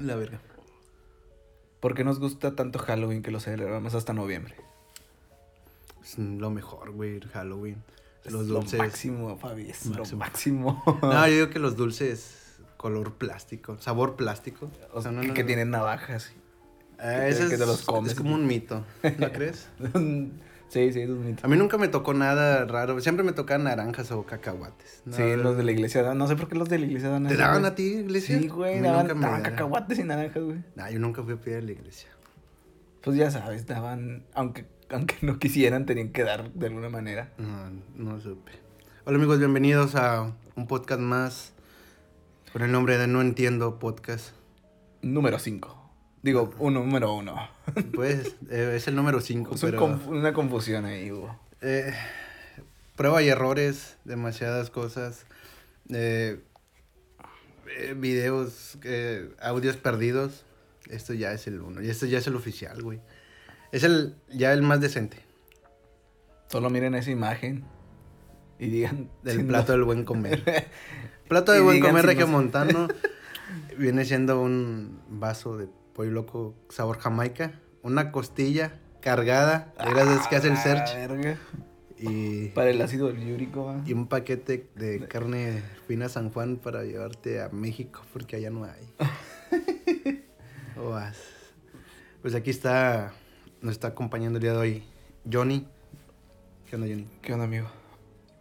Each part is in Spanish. La verga. ¿Por qué nos gusta tanto Halloween que lo celebramos hasta noviembre? Es lo mejor, güey, el Halloween. Es Los dulces. Lo máximo, Fabi, es lo Máximo. máximo. No, yo digo que los dulces color plástico, sabor plástico. O sea, no, que, no, que no. tienen navajas. Ah, que ese te- que te es- los comes. Es como un mito, ¿no crees? sí, sí, es un mito. A mí nunca me tocó nada raro. Siempre me tocaban naranjas o cacahuates. No, sí, los de la iglesia dan. No sé por qué los de la iglesia dan. ¿Te eso, daban güey. a ti, iglesia? Sí, güey, A mí daban, nunca me daban daban. cacahuates y naranjas, güey. Nah, yo nunca fui a pedir a la iglesia. Pues ya sabes, daban. Aunque, aunque no quisieran, tenían que dar de alguna manera. No, no supe. Hola amigos, bienvenidos a un podcast más con el nombre de No Entiendo Podcast. Número 5. Digo, un número 1. Pues eh, es el número 5, pero... Una confusión ahí, hubo. eh, prueba y errores, demasiadas cosas, eh, eh, videos, eh, audios perdidos. Esto ya es el uno, y esto ya es el oficial, güey. Es el ya el más decente Solo miren esa imagen y digan. del si no- plato del buen comer. plato de Y buen digan comer si regio nos- montano viene siendo un vaso de pollo loco sabor jamaica, una costilla cargada, Ah, gracias que hace el la search verga. y Para el ácido uriúrico, va. Y un paquete de carne fina San Juan para llevarte a México, porque allá no hay. Oas. Pues aquí está, nos está acompañando el día de hoy Johnny. ¿Qué onda, Johnny? ¿Qué onda, amigo?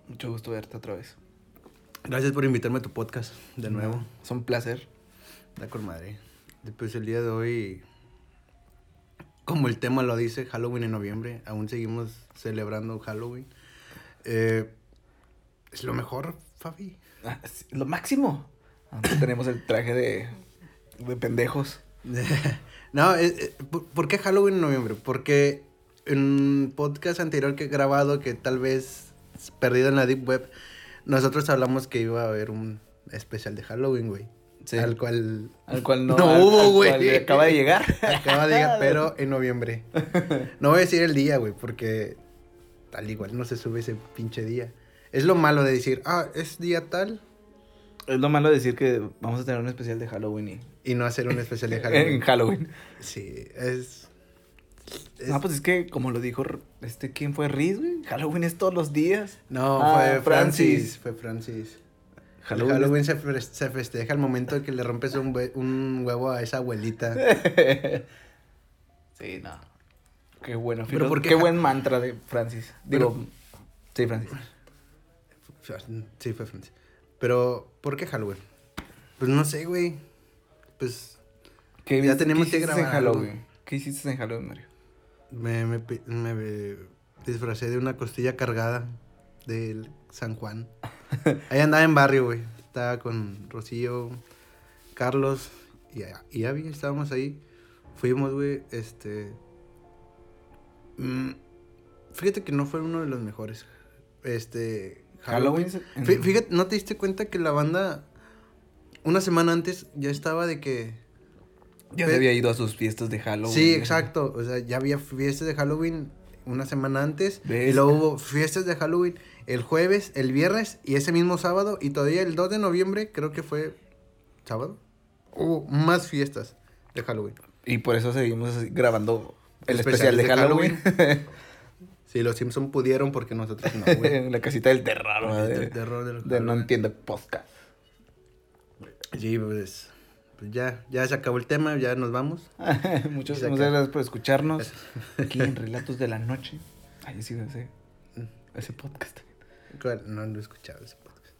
Mucho gusto verte otra vez. Gracias por invitarme a tu podcast de nuevo. Es un placer. Da con madre. Después el día de hoy, como el tema lo dice, Halloween en noviembre, aún seguimos celebrando Halloween. Eh, es lo mejor, Fabi. Ah, sí, lo máximo. Ahora tenemos el traje de, de pendejos. no, eh, eh, ¿por- ¿por qué Halloween en noviembre? Porque en un podcast anterior que he grabado, que tal vez es perdido en la Deep Web, nosotros hablamos que iba a haber un especial de Halloween, güey. Sí. Al cual Al cual no, No al- hubo, al cual güey. Acaba de llegar. acaba de llegar, pero en noviembre. No voy a decir el día, güey, porque tal igual no se sube ese pinche día. Es lo malo de decir, ah, es día tal, Es lo malo decir que vamos a tener un especial de Halloween y. y no hacer un especial de En Halloween. Halloween. Sí, es... es- No, pues es que, como lo dijo, R- este, ¿quién fue Riz, güey? Halloween es todos los días. No, Ah, fue Francis. Francis. Fue Francis. El Halloween. Halloween, se, fres- se festeja al momento de que le rompes un, hue- un huevo a esa abuelita. es- sí, no. Qué bueno. Pero filo- ¿por qué qué Ja- buen mantra de Francis. Digo, sí, Francis. Sí, fue Francis. Pero, ¿por qué Halloween? Pues no sé, güey. Pues ¿Qué Ya viste- tenemos qué que hiciste en grabar algo. Halloween? ¿Qué hiciste en Halloween, Mario? me, me pi- me- me disfracé de una costilla cargada del San Juan. Ahí andaba en barrio, güey. Estaba con Rocío, Carlos y, a- y Abby. Estábamos ahí. Fuimos, güey. Este. mm, fíjate que no fue uno de los mejores. Este. Halloween. en- Fí- Fíjate, ¿no te diste cuenta que la banda una semana antes ya estaba de que... Ya Fe- se había ido a sus fiestas de Halloween. Sí, exacto. O sea, ya había fiestas de Halloween una semana antes. ¿Ves? Y luego hubo fiestas de Halloween el jueves, el viernes y ese mismo sábado. Y todavía el 2 de noviembre, creo que fue sábado, hubo más fiestas de Halloween. Y por eso seguimos así grabando el especial de Halloween. Sí, los Simpson pudieron porque nosotros no, Ah, güey. en la casita del terror. ¿no? Este De, terror del de no Halloween. entiendo podcast. Sí, pues, pues ya, ya se acabó el tema, ya nos vamos. Muchas, Dice muchas acá. gracias por escucharnos aquí en Relatos de la Noche. Ahí sí, ese, Mm. ese podcast. ¿Cuál? No lo he escuchado ese podcast.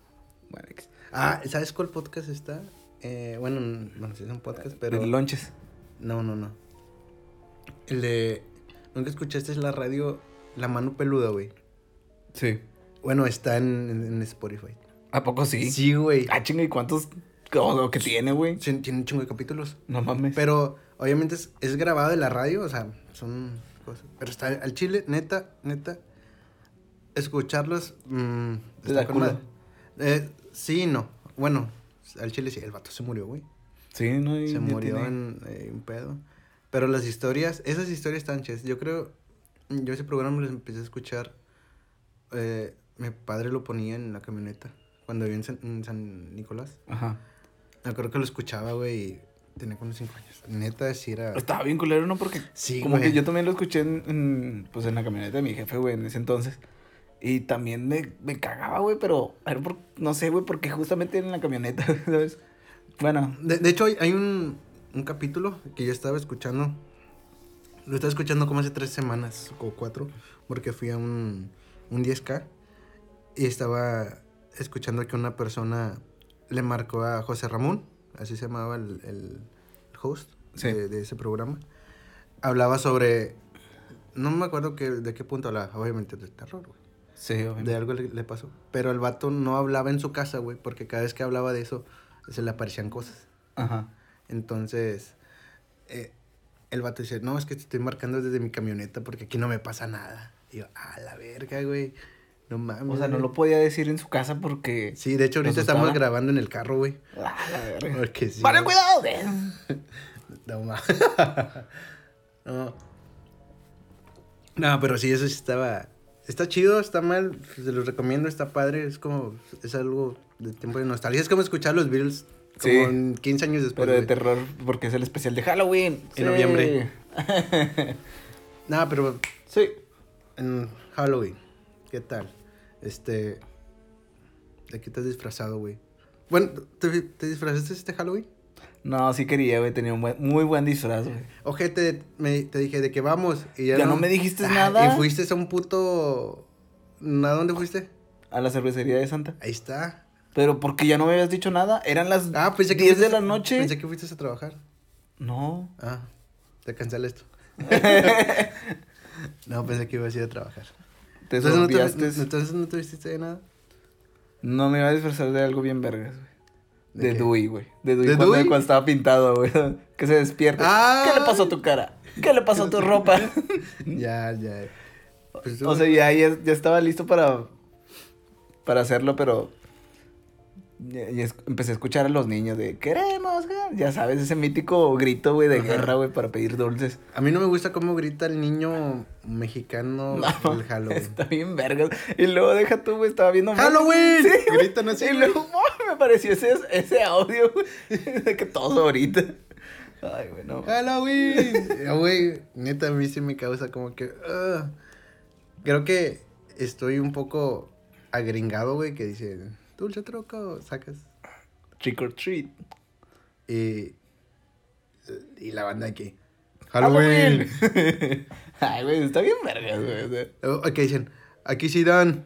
Bueno, X. Ah, ¿sabes cuál podcast está? Eh, bueno, n- bueno, sí es un podcast, pero. De lonches. No, no, no. El de. Nunca escuchaste es la radio La Mano Peluda, güey. Sí. Bueno, está en, en- en Spotify. ¿A poco sí? Sí, güey. Ah, chinga, ¿y cuántos o- que tiene, güey? Sí, Tiene un chingo de capítulos. No mames. Pero, obviamente, es, es grabado de la radio, o sea, son cosas. Pero está al chile, neta, neta. Escucharlos. mm, Te está da con culo. madre. Eh, sí, y no. Bueno, al chile sí, el vato se murió, güey. sí, no y- se ya murió tiene- en eh, un pedo. Pero las historias, esas historias están chidas. Yo creo, yo ese programa lo empecé a escuchar. eh, mi padre lo ponía en la camioneta cuando vivía en San, en San Nicolás. Ajá. Me acuerdo que lo escuchaba, güey, y tenía como 5 años. Neta, sí era. Estaba bien culero, ¿no? Porque Sí, como güey. que yo también lo escuché en, en, pues en la camioneta de mi jefe, güey, en ese entonces. Y también me, me cagaba, güey, pero era por- no sé, güey, porque justamente en la camioneta, ¿sabes? Bueno, De, de hecho, hay, hay un, un capítulo que yo estaba escuchando. Lo estaba escuchando como hace tres semanas o cuatro, porque fui a un, un 10K y estaba escuchando que una persona le marcó a José Ramón, así se llamaba el, el host Sí. de, de ese programa. Hablaba sobre. No me acuerdo que, de qué punto hablaba, obviamente del terror, güey. sí, De obviamente. algo le, le pasó. Pero el vato no hablaba en su casa, güey, porque cada vez que hablaba de eso se le aparecían cosas. Ajá. Entonces, eh, el vato dice, no, es que te estoy marcando desde mi camioneta porque aquí no me pasa nada. Y yo, a la verga, güey. No mames. O sea, no güey". lo podía decir en su casa porque... Sí, de hecho, ¿Lo ahorita estamos asustaba? grabando en el carro, güey. Ah, la verga. Porque sí. ¡Para, güey. cuidado! güey! No mames. no. No, pero sí, eso sí estaba. Está chido, está mal, pues, se los recomiendo, está padre, es como, es algo de tiempo de nostalgia, es como escuchar los Beatles como Sí. en 15 años después. Pero de güey. terror porque es el especial de Halloween. En noviembre. No, pero sí. En Halloween, ¿qué tal? Este. ¿De qué estás disfrazado, güey? Bueno, ¿te, te disfrazaste este Halloween? No, sí quería, güey, tenía un buen- muy buen disfraz, güey. Ojete, me, te dije de que vamos. Y ya, Ah, Ya no me dijiste nada. Y fuiste a un puto. ¿A dónde fuiste? A la cervecería de Santa. Ahí está. Pero porque ya no me habías dicho nada. Eran las Ah, pensé que. 10 de fuiste- la noche. Pensé que fuiste a trabajar. No. Ah, te cancela esto. no, pensé que ibas a ir a trabajar. Te entonces, no te, sorbiaste. no, entonces no te vestiste de nada. me iba a disfrazar de algo bien vergas, güey. ¿De De qué? Dewey, güey. De Dewey ¿De cuando, Dewey? cuando estaba pintado, güey. Que se despierta. Ah. ¿Qué le pasó a tu cara? ¿Qué le pasó a tu ropa? Ya, ya. Pues, o sea, ya, ya, ya estaba listo para, para hacerlo, pero ya- ya es- empecé a escuchar a los niños de queremos, güey". ya sabes, ese mítico grito, güey, de Ajá. guerra, güey, para pedir dulces. A mí no me gusta cómo grita el niño mexicano el Halloween. Está bien vergas. Y luego deja tú, güey, estaba viendo. ¡Halloween! Sí, güey. Gritan así, Y luego oh, me pareció ese, ese audio, güey, de que todo ahorita. Ay, güey, no. ¡Halloween! Eh, Güey, neta, a mí sí me causa como que. ah. Creo que estoy un poco agringado, güey, que dice dulce troco, sacas. Trick or treat. Y. Y la banda aquí. ¡Halloween! Halloween. Ay, güey, está bien vergas, güey. o sea. Luego, Oh, Ok, dicen, aquí sí dan.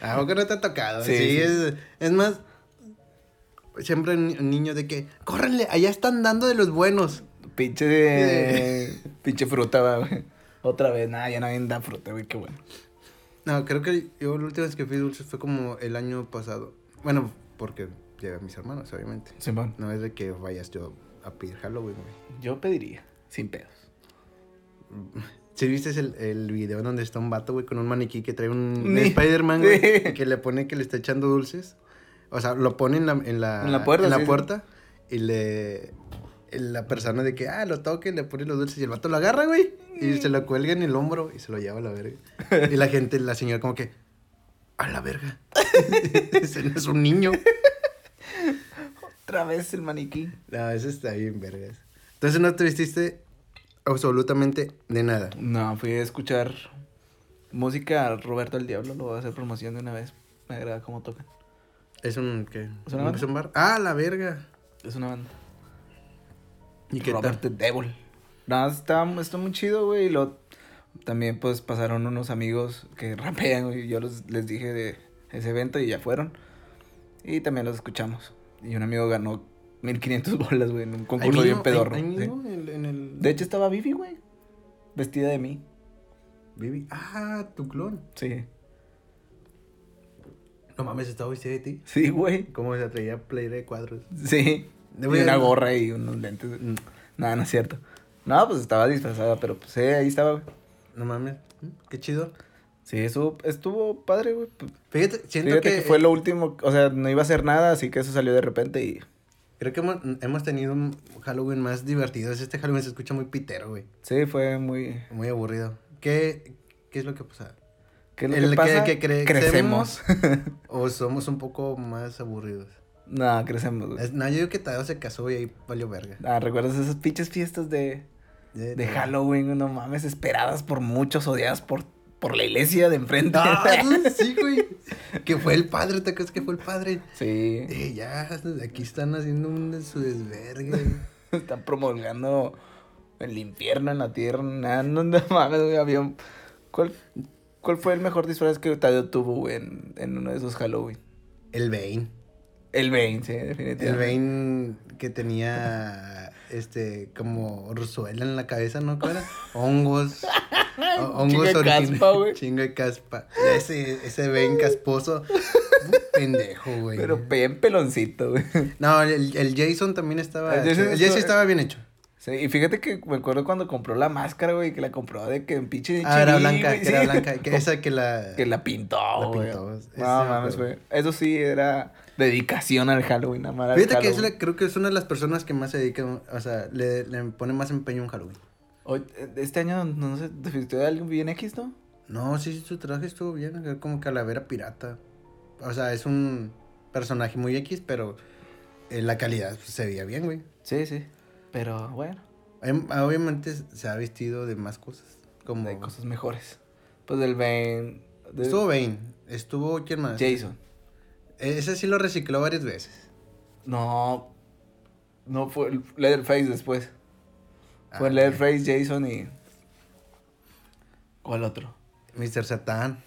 ah, porque no te ha tocado. Sí, Sí, sí. Es, es más, siempre un un niño de que, córrenle, allá están dando de los buenos. Pinche. pinche fruta, va, güey. Otra vez, nada, ya nadie da fruta, güey, qué bueno. No, creo que yo la última vez que fui dulces fue como el año pasado. Bueno, porque llevé a mis hermanos, obviamente. Simón. No es de que vayas yo a pedir Halloween, güey. Yo pediría, sin pedos. Si viste el, el video donde está un vato, güey, con un maniquí que trae un, un Ni- Spider-Man, güey, Sí. y que le pone que le está echando dulces. O sea, lo pone en la, en la, En la puerta, sí, sí. puerta, y le. y La persona de que, ah, lo toque, le pone los dulces y el vato lo agarra, güey. Y se lo cuelga en el hombro y se lo lleva a la verga. Y la gente, la señora, como que, a la verga. Ese no es un niño. Otra vez el maniquí. No, eso está bien, vergas. Entonces no te vestiste absolutamente de nada. No, fui a escuchar música Roberto el Diablo, lo voy a hacer promoción de una vez. Me agrada cómo tocan. ¿Es un qué? ¿Es una ¿Un- banda? ¿Es un bar? Ah, la verga. Es una banda. ¿Y qué Robert tal? the Devil. No, está, está muy chido, güey. y Lo, también, pues, pasaron unos amigos que rapean, güey. Yo los- les dije de ese evento y ya fueron. Y también los escuchamos. Y un amigo ganó 1500 bolas, güey, en un Ahí concurso mismo, bien pedorro. ahí- ahí sí. mismo, en el- en el- De hecho, estaba Vivi, güey. Vestida de mí. Vivi. Ah, tu clon. Sí. No mames, estaba vestida de ti. Sí, güey. ¿Cómo se traía playera de cuadros? Sí. De Y verdad. una gorra y unos lentes. güey. Mm, No, no es cierto. No, pues estaba disfrazada, pero pues eh, ahí estaba, güey. No mames. Mm, Qué chido. Sí, estuvo, estuvo padre, güey. pues, P- Fíjate, siento Fíjate que, que, fue lo último, o sea, no iba a hacer nada, así que eso salió de repente y... Creo que hemos, hemos tenido un Halloween más divertido. Este Halloween se escucha muy pitero, güey. Sí, fue muy... Muy aburrido. ¿Qué, qué es lo que pasa? ¿Qué es lo El que que- pasa? que cre- Crecemos. ¿O somos un poco más aburridos? No, crecemos, güey. Es- no, yo digo que Tadeo se casó y ahí valió verga. Ah, ¿recuerdas esas pinches fiestas de, de Halloween? No mames, esperadas por muchos, odiadas por, por la iglesia de enfrente. Ah, sí, güey. Que fue el padre, ¿te acuerdas que fue el padre? sí, Eh, ya, aquí están haciendo un de su desvergue. están promulgando el infierno en la tierra. Nah, no, no mames, güey, había un- ¿Cuál, ¿Cuál fue el mejor disfraz que Tadeo tuvo, güey, en, en uno de esos Halloween? El Bane. El Bane, sí, El definitivamente. Bane que tenía este como ruzuela en la cabeza, ¿no? ¿Cuál era? Hongos. ho- Hongos Chinga de origina- caspa, güey. Chinga de caspa. Ese, ese Bane casposo. Pendejo, güey. Pero bien peloncito, güey. No, el, el Jason también estaba. El El Jason Jason, estuvo- estaba bien hecho. Sí, y fíjate que me acuerdo cuando compró la máscara, güey, que la compró de que en pinche de Ah, era chirí, blanca, güey, que era sí. blanca. que esa que la. Que la pintó, La güey. pintó, ese No me mames, acuerdo. güey. Eso sí era dedicación al Halloween, amar al Fíjate que es Halloween. la- creo que es una de las personas que más se dedica, o sea, le, le pone más empeño a un Halloween. Hoy- este año no sé, ¿te fuiste de alguien bien X, no? No, sí, sí, su traje estuvo bien, acá como calavera pirata. O sea, es un personaje muy X, pero eh, la calidad pues, se veía bien, güey. Sí, sí. Pero bueno, Em, Obviamente se ha vestido de más cosas, como... de cosas mejores. Pues del Ben. de- Estuvo Bane, estuvo, ¿quién más? Jason. E- Ese sí lo recicló varias veces. No. No fue el- Leatherface después. fue Ah, Leatherface, Jason y. ¿Cuál otro? Mr. Satan.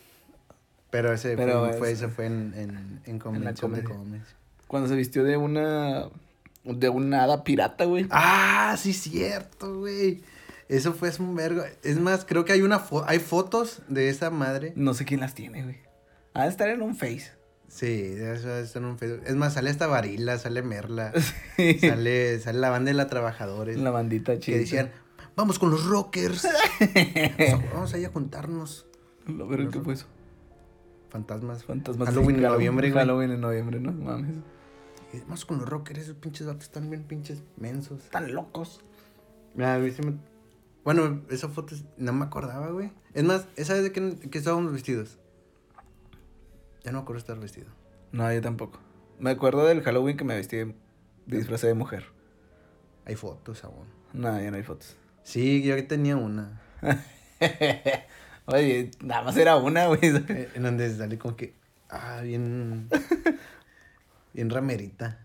Pero ese Pero fue, fue- es- ese fue en, en, en convención de cómics. Cuando se vistió de una. De una hada pirata, güey. Ah, sí, cierto, güey. Eso fue es un vergo. Es más, creo que hay una fo- hay fotos de esa madre. No sé quién las tiene, güey. Ha de estar en un face. Sí, eso está en un Facebook. Es más, sale hasta Varila, sale Merla, Sí. sale, sale la banda de la trabajadores. La bandita que chida. decían, vamos con los rockers. vamos, a- vamos ahí a juntarnos. Lo verga que fue eso. Fantasmas, Fantasmas. Halloween sí, en claro, noviembre, güey. Halloween en noviembre, no mames. Y Vamos con los rockers, esos pinches vatos están bien pinches mensos. Están locos. Mira, Ah, a mí se me- Bueno, esa foto es- no me acordaba, güey. Es más, ¿esa vez de qué, qué estábamos vestidos? Ya no me acuerdo estar vestido. No, yo tampoco. Me acuerdo del Halloween que me vestí de disfrazé de mujer. Hay fotos aún. No, ya no hay fotos. Sí, yo que tenía una. Oye, nada más era una, güey. ¿sabes? eh, en donde salí como que. Ah, bien. bien ramerita.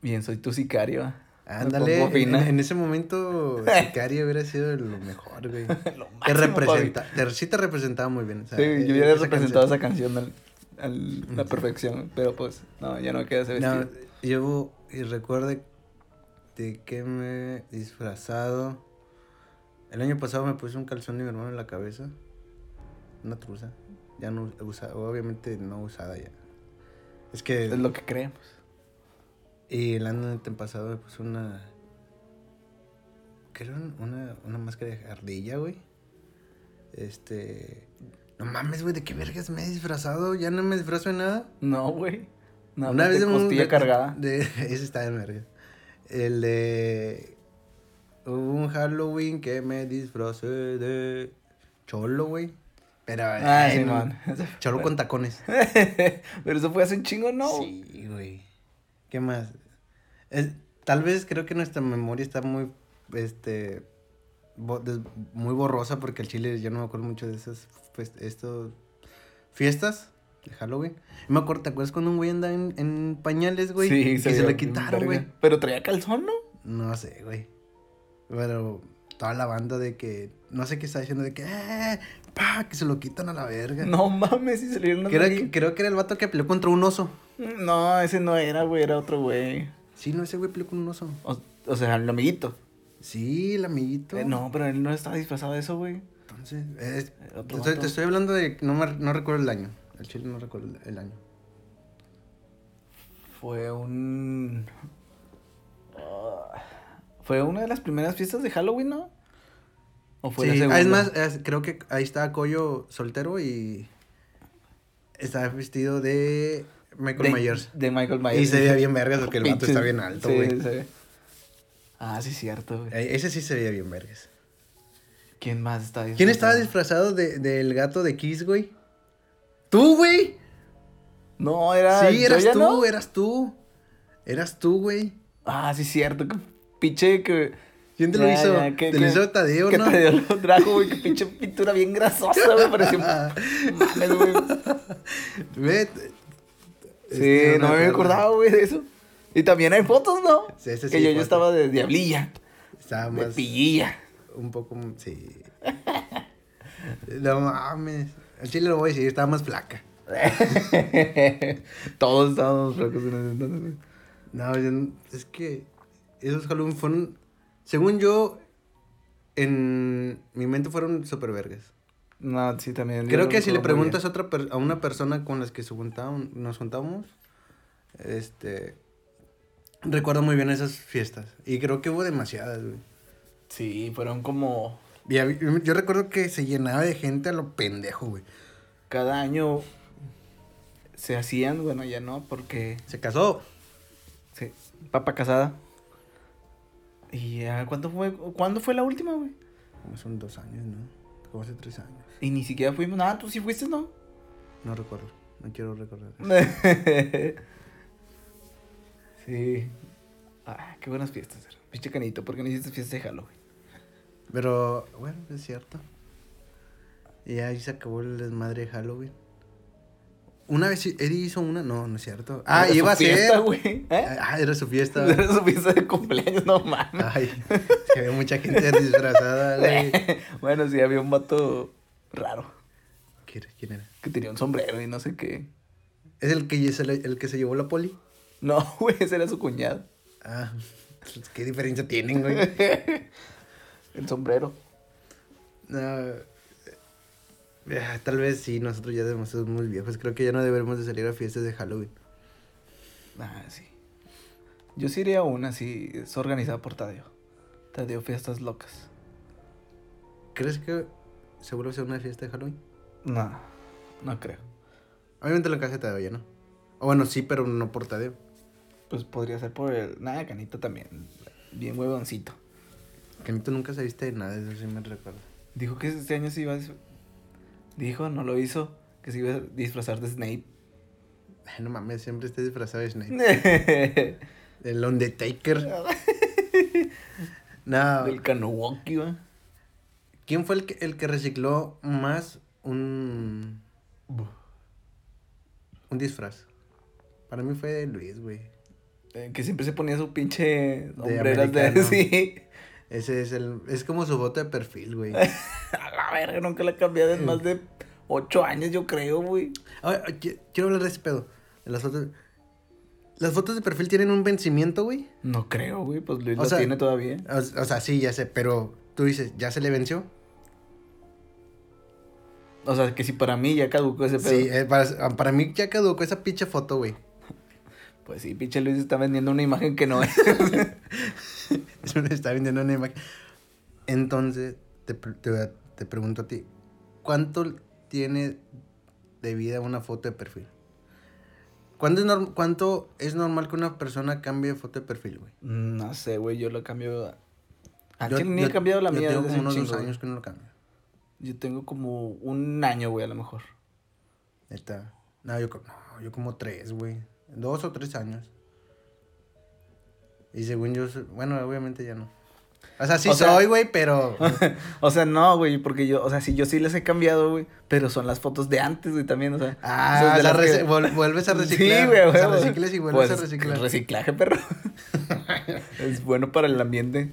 Bien, soy tu sicario. ah. Me Ándale. pongo En, fina. en ese momento, Sicario hubiera sido lo mejor, güey. Lo Te máximo, representa. Te, sí, te representaba muy bien. o sea, papi. eh, Sí, yo hubiera esa representado canción. esa canción al, al- la perfección, pero pues, no, ya no queda ese No, vestido. llevo. Y recuerde de qué me he disfrazado. El año pasado me puse un calzón de mi hermano en la cabeza. Una truza. Ya no usada. Obviamente no usada ya. Es que. Es lo que creemos. Y el año ante- pasado me puse una. Creo una, una máscara de ardilla, güey. Este. No mames, güey, ¿de qué vergas me he disfrazado? Ya no me disfrazo de nada. No, güey. No, una vez de me- costilla cargada. de- ese está de verga. El de. Hubo un Halloween que me disfracé de. Cholo, güey. Pero. Ah, ay, sí, no. man. Cholo con tacones. Pero eso fue hace un chingo, ¿no? Sí, güey. ¿Qué más? Es- tal vez creo que nuestra memoria está muy, este, bo- des- muy borrosa porque el chile yo no me acuerdo mucho de esas, pues, estos fiestas de Halloween. Me acuerdo, ¿te acuerdas cuando un güey andaba en, en pañales, güey? Sí, y se vio lo bien quitaron, verga. güey. Pero traía calzón, ¿no? No sé, güey. Pero toda la banda de que, no sé qué está diciendo, de que, "Eh, pa, que se lo quitan a la verga. No mames, si salieron Creo, que- creo que era el vato que peleó contra un oso. No, ese no era, güey, era otro güey. Sí, no, ese güey peleó con un oso. O, o sea, el amiguito. Sí, el amiguito. Eh, no, pero él no estaba disfrazado de eso, güey. Entonces, es- Otro te, estoy, vato. te estoy hablando de. No, me- no recuerdo el año. El chile no recuerdo el- el año. Fue un... Ah, fue una de las primeras fiestas de Halloween, ¿no? ¿O fue la Sí, ah, segunda? es más, es- creo que ahí estaba Coyo soltero y. Estaba vestido de Michael de, Myers. De Michael Myers. Y se veía bien vergas porque el vato Pinches- está bien alto, sí, güey. se ve. Ah, sí, cierto, güey. Eh, Ese sí se veía bien vergas. ¿Quién más está disfrazado? ¿Quién estaba disfrazado de- del gato de Kiss, güey? ¡Tú, güey! No, era. sí, eras Ah, ¿yo ya tú, no? eras tú. Eras tú, güey. Ah, sí, cierto. Que pinche que. ¿Quién te lo Ya, hizo? ya, que- te que- lo hizo Tadeo, que ¿no? Tadeo lo trajo, güey. Que pinche pintura bien grasosa, güey. Pareció. Mames, güey. Ve, Este, Sí, no me había acordado, güey, de eso. Y también hay fotos, ¿no? Sí, ese sí, que yo, yo foto. estaba de diablilla, Estaba de más. pillilla. Un poco. Sí. no mames. Al chile lo voy a decir, estaba más flaca. Todos estábamos flacos en ese entonces, güey. No, yo no- es que esos Halloween fueron, según yo, en mi mente fueron super vergas. No, sí, también. yo Creo no que si le recuerdo muy preguntas a, otra per- a una persona con las que se juntaban, nos juntamos, este, recuerdo muy bien esas fiestas. Y creo que hubo demasiadas, güey. bien. Sí, fueron como. Y hab- yo recuerdo que se llenaba de gente a lo pendejo, güey. Cada año se hacían, bueno, ya no, porque. Se casó. Sí, papa casada. ¿Y ah, cuánto fue, cuándo fue la última, güey? Como son dos años, ¿no? Como hace tres años. Y ni siquiera fuimos. Nada, tú sí fuiste, ¿no? No recuerdo. No quiero recordar. sí. Ah, qué buenas fiestas. era. Pinche canito, ¿por qué no hiciste fiesta de Halloween? Pero, bueno, es cierto. Y ahí se acabó el desmadre de Halloween. Una vez Eddie hizo una, no, no es cierto. Ah, Era su iba a fiesta, ser. güey. ¿Eh? Ah, era su fiesta. Era su fiesta de cumpleaños, no mames. Ay, se había mucha gente disfrazada, güey. bueno, sí, había un vato raro ¿Quién era? ¿Quién era? que tenía un sombrero y no sé qué. ¿Es el que, se le- el que se llevó la poli? No, güey, ese era su cuñado. Ah, ¿qué diferencia tienen, güey? El sombrero. No. eh, ah, Tal vez sí, nosotros ya demasiado muy viejos. Creo que ya no debemos de salir a fiestas de Halloween. Ah, sí. Yo sí iría a una, sí, es organizada por Tadeo. Tadeo Fiestas Locas. ¿Crees que se vuelve a hacer una fiesta de Halloween? No, no creo. Obviamente la casa de Tadeo ya no. O bueno, sí, pero no por Tadeo. Pues podría ser por el... Nada, Canito también. Bien huevoncito. Canito nunca se viste de nada, eso sí me recuerdo. Dijo que este año se iba a... dis- Dijo, no lo hizo, que se iba a disfrazar de Snape. Ay, no mames, siempre está disfrazado de Snape. El Undertaker. No. Del Kanowaki, va. ¿Quién fue el que, el que recicló más un, un disfraz? Para mí fue Luis, güey. Eh, Que siempre se ponía su pinche hombreras de... americano. Sí. Ese es el... Es como su foto de perfil, güey. A la verga, nunca la cambié en más de ocho años, yo creo, güey. Ahora, qui- quiero hablar de ese pedo. de las fotos... Las fotos de perfil tienen un vencimiento, güey. No creo, güey, pues Luis O lo sea- tiene todavía. O, o sea, sí, ya sé, pero tú dices, ¿ya se le venció? O sea, que si para mí ya caducó ese pedo. Sí, eh, para, para mí ya caducó esa pinche foto, güey. Pues sí, pinche Luis está vendiendo una imagen que no es. Se me está vendiendo una imagen. Entonces, te, pre- te- te pregunto a ti, ¿cuánto tiene de vida una foto de perfil? ¿Cuánto es, norm- cuánto es normal que una persona cambie de foto de perfil, güey? Mm, no sé, güey, yo lo cambio. a- Al Yo- chile Ah, ni he yo- cambiado la yo mía Tengo desde como un unos dos chingo, años que no lo cambio. güey. Yo tengo como un año, güey, a lo mejor. Neta. No, yo, co- no, yo como tres, güey. Dos o tres años. Y según yo, so- bueno, obviamente ya no. O sea, sí O sea- soy, güey, pero. o sea, no, güey, porque yo, o sea, sí, yo sí les he cambiado, güey, pero son las fotos de antes, güey, también, o sea. Ah, esas o de sea, las rece- que- vol- vuelves a reciclar. Sí, güey, O sea, güey. reciclas y vuelves Pues, a reciclar. Reciclaje, perro. es bueno para el ambiente.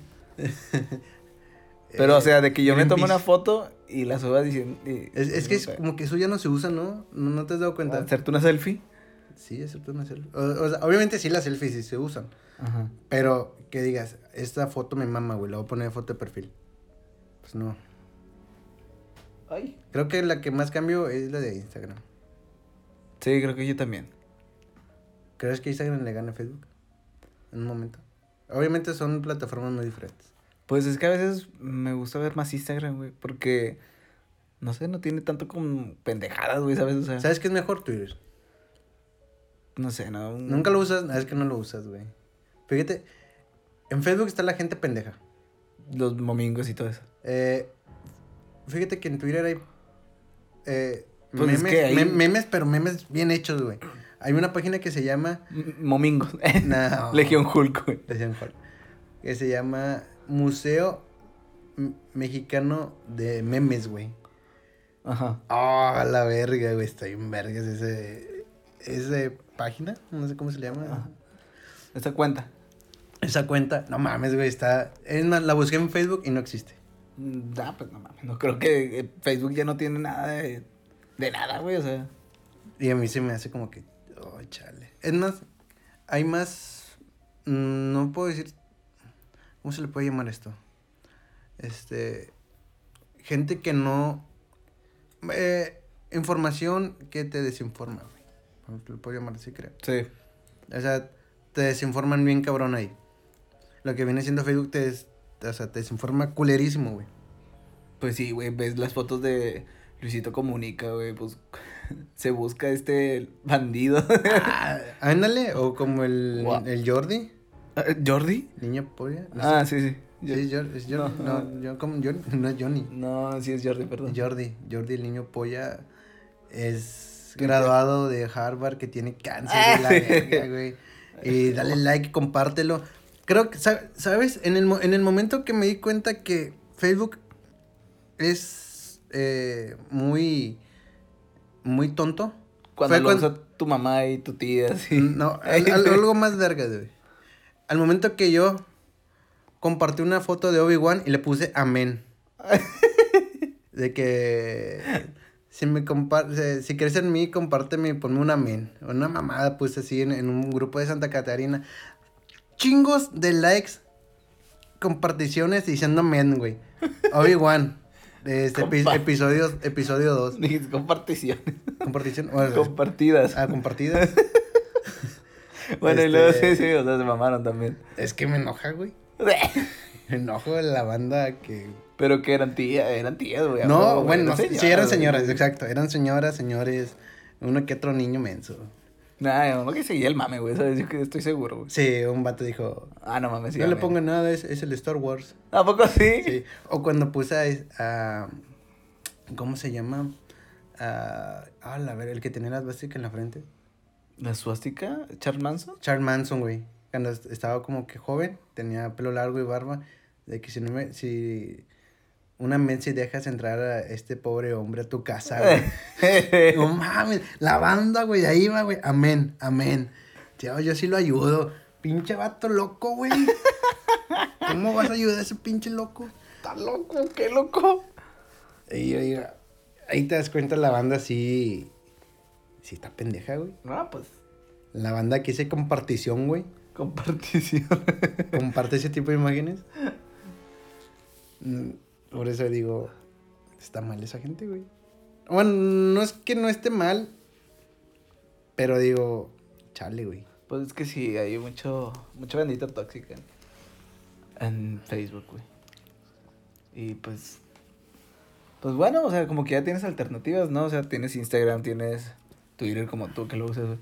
Pero, Eh, o sea, de que yo me tomo Greenpeace. una foto y la suba diciendo. y- Es, es que es no sé, como que eso ya no se usa, ¿no? ¿No, no te has dado cuenta? Hacerte una selfie. Sí, excepto una selfie. O- o sea, obviamente sí las selfies sí se usan. Ajá. Pero que digas, esta foto me mama, güey, la voy a poner de foto de perfil. Pues no. Ay. Creo que la que más cambio es la de Instagram. Sí, creo que yo también. ¿Crees que Instagram le gana a Facebook? En un momento. Obviamente son plataformas muy diferentes. Pues es que a veces me gusta ver más Instagram, güey, porque no sé, no tiene tanto como pendejadas, güey, ¿sabes? O sea, ¿Sabes qué es mejor Twitter? no sé, no. un- Nunca lo usas, Ah, es que no lo usas, güey. Fíjate, en Facebook está la gente pendeja. Los domingos y todo eso. Eh, fíjate que en Twitter hay eh, Pues es memes, que ahí- mem- memes, pero memes bien hechos, güey. Hay una página que se llama. M- Momingos. No. Legión Hulk, güey. Legión Hulk, Que se llama Museo M- Mexicano de Memes, güey. Ajá. Ah, la verga, güey. Está en vergas ese. Ese página. No sé cómo se le llama. Ajá. Esa cuenta. Esa cuenta. No mames, güey. Está. Es más, la busqué en Facebook y no existe. Mm, Ah, pues no mames. No creo que eh, Facebook ya no tiene nada de, de nada, güey. O sea, Y a mí se me hace como que, oh, chale. Es más, hay más, mm, no puedo decir, ¿cómo se le puede llamar esto? Este, gente que no, eh, información que te desinforma, güey. ¿Cómo se le puedo llamar así, creo. sí. O sea, te desinforman bien cabrón ahí. Lo que viene siendo Facebook te, des- o sea, te desinforma culerísimo, güey. Pues sí, güey. Ves las fotos de Luisito Comunica, güey. Pues se busca este bandido. Ah, ándale, o como el, Gua- el Jordi, ¿Jordi? niña polla. no sé Ah, sí, sí. Yo- Sí, Jor- es Jordi. No. No, yo como Jordi, no es Johnny. No, sí es Jordi, perdón. Jordi, Jordi el niño polla es ¿Qué? graduado de Harvard que tiene cáncer Ah. de la verga, güey. Y dale like, compártelo. Creo que, sa- ¿sabes? En el, mo- en el momento que me di cuenta que Facebook es eh, muy, muy tonto. Cuando Fue lo cuando- Mm, usa tu mamá y tu tía, sí. No, al- al- algo más verga, güey. Al momento que yo compartí una foto de Obi-Wan y le puse amén. De que si me compar se- si crees en mí, compárteme y ponme un amén. Una mamada puse así en, en un grupo de Santa Catarina. Chingos de likes, comparticiones diciendo amén, güey. Obi-Wan. Este epi- Compa- episodios, episodio 2. Dijiste, Comparticiones. Compartición. Bueno, Compartidas. ah, compartidas. bueno, y luego sí, este- sí, o sea, se mamaron también. Es que me enoja, güey. Me enojo de la banda que... Pero que eran tías, eran tías, güey. a huevo, No, güey, bueno, sí, eran señoras, güey. exacto. Eran señoras, señores, uno que otro niño menso. Nah, no que seguía el mame, güey, ¿sabes? Yo que estoy seguro, güey. Sí, un vato dijo, Ah, no mames, sí. no le amén. pongo nada, es, es el Star Wars. ¿A poco sí? Sí. O cuando puse a... es- a- ¿Cómo se llama? A, ah, la ver, el que tenía las básicas en la frente. ¿La suástica? ¿Charles Manson? Charles Manson, güey. Cuando est- estaba como que joven, tenía pelo largo y barba. De que si no me. Si una men si dejas entrar a este pobre hombre a tu casa, güey. no mames. La banda, güey, ahí va, güey. Amén, amén. Tío, yo sí lo ayudo. Pinche vato loco, güey. ¿Cómo vas a ayudar a ese pinche loco? Está loco, qué loco. Y yo digo, ahí te das cuenta la banda sí. Sí está pendeja, güey. No, pues, La banda que hice compartición, güey. compartición. comparte ese tipo de imágenes. Mm, Por eso digo, está mal esa gente, güey. Bueno, no es que no esté mal, pero digo, chale, güey. Pues es que sí, hay mucho, mucha bandita tóxica en, en Facebook, güey. Y pues, pues bueno, o sea, como que ya tienes alternativas, ¿no? O sea, tienes Instagram, tienes Twitter como tú que lo usas, güey.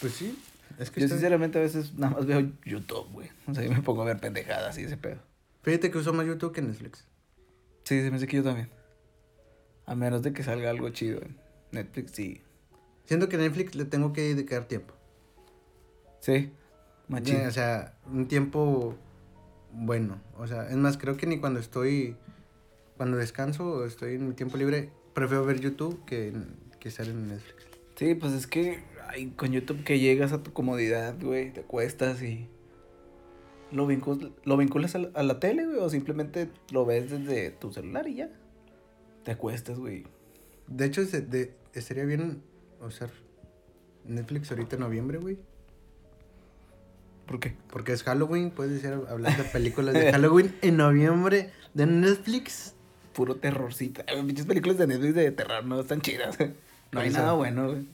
Pues sí, es Yo sinceramente a veces nada más veo YouTube, güey. O sea, yo me pongo a ver pendejadas y ese pedo. Fíjate que uso más YouTube que Netflix. Sí, se me hace que yo también. A menos de que salga algo chido en Netflix, sí. Siento que Netflix le tengo que dedicar tiempo. Eh, Sí, machín. O sea, un tiempo bueno. O sea, es más, creo que ni cuando estoy, cuando descanso o estoy en mi tiempo libre, prefiero ver YouTube que, que estar en Netflix. Sí, pues es que ay, con YouTube que llegas a tu comodidad, güey, te acuestas y lo, vincul- lo vinculas a la, a la tele, güey, o simplemente lo ves desde tu celular y ya. Te acuestas, güey. De hecho, se- de- estaría bien usar Netflix ahorita en noviembre, güey. ¿Por qué? Porque es Halloween, puedes decir, hablar de películas de Halloween en noviembre de Netflix. Puro terrorcita. Ay, Pinches películas de Netflix de terror no están chidas. No hay Eso. nada bueno, güey.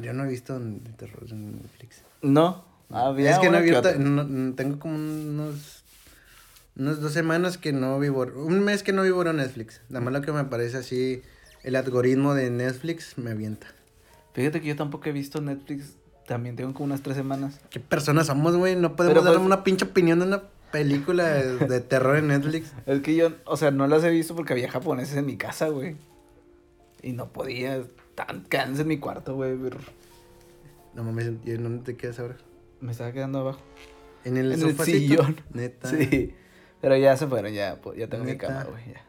Yo no he visto n- de terror en Netflix. No. Ah, Había es que no he una visto, otra. no- no- tengo como unos, unos dos semanas que no vivo, un mes que no vivo en Netflix. La mala que me parece así, el algoritmo de Netflix me avienta. Fíjate que yo tampoco he visto Netflix. También tengo como unas tres semanas. ¿Qué personas somos, güey? No podemos dar pues- una pinche opinión de una película de- de terror en Netflix. Es que yo, o sea, no las he visto porque había japoneses en mi casa, güey. Y no podía estaban quedándose en mi cuarto, güey. pero No mames, ¿y en dónde te quedas ahora? Me estaba quedando abajo. En el En el sofacito? sillón. Neta. Sí. Pero ya se fueron, ya, pues, ya tengo mi Neta. cama, güey. ya.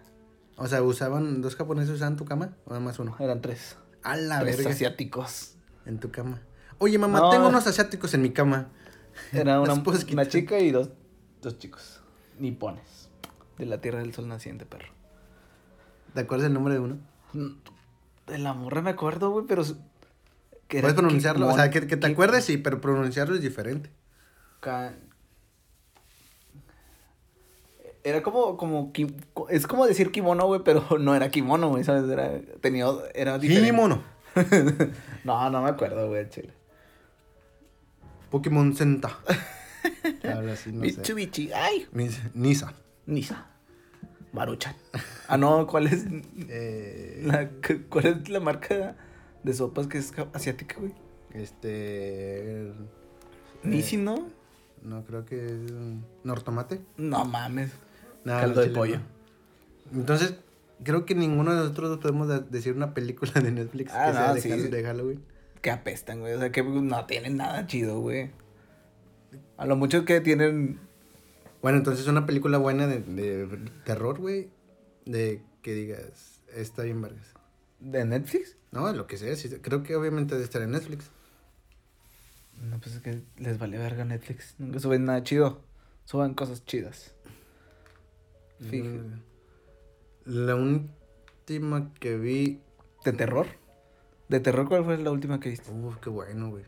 O sea, ¿usaban dos japoneses usaban tu cama o nada más uno? Eran tres. A la tres verga. asiáticos. En tu cama. Oye, mamá, No. tengo unos asiáticos en mi cama. Era Las una, puedes una quitar. chica y dos, dos chicos. Nipones. De la tierra del sol naciente, perro. ¿Te acuerdas el nombre de uno? Mm, De la morra me acuerdo, güey, pero. su- que era Puedes pronunciarlo. O sea, que, que te Ki- acuerdes, sí, pero pronunciarlo es diferente. Ka- Era como, como, ki- co- es como decir kimono, güey, pero no era kimono, güey, ¿sabes? Era, tenía, era diferente. Pokémon. No, no me acuerdo, güey, al chile. Pokémon Senta. Ahora sí, no sé. Mitsubishi, ay. Mis- Nisa. Nisa. Maruchan. Ah, no, ¿cuál es Eh, la, cu- cuál es la marca de sopas que es ja- asiática, güey? Este. el- Nisi, eh, ¿no? No, creo que es. mm, Nortomate. No mames. No, Caldo no, de chile, pollo. no. Entonces, creo que ninguno de nosotros dos podemos da- decir una película de Netflix Ah, que sea no, de, sí. Hall- de Halloween. Que apestan, güey. O sea, que no tienen nada chido, güey. A lo mucho que tienen Bueno, entonces una película buena de, de terror, güey. De que digas, está bien, Vargas. de Netflix. No, lo que sea, sí, creo que obviamente debe estar en Netflix. No, pues es que les vale verga Netflix. Nunca suben nada chido. Suben cosas chidas. Fíjate. Mm. La última que vi. ¿De terror? ¿De terror cuál fue la última que viste? Uf, qué bueno, güey.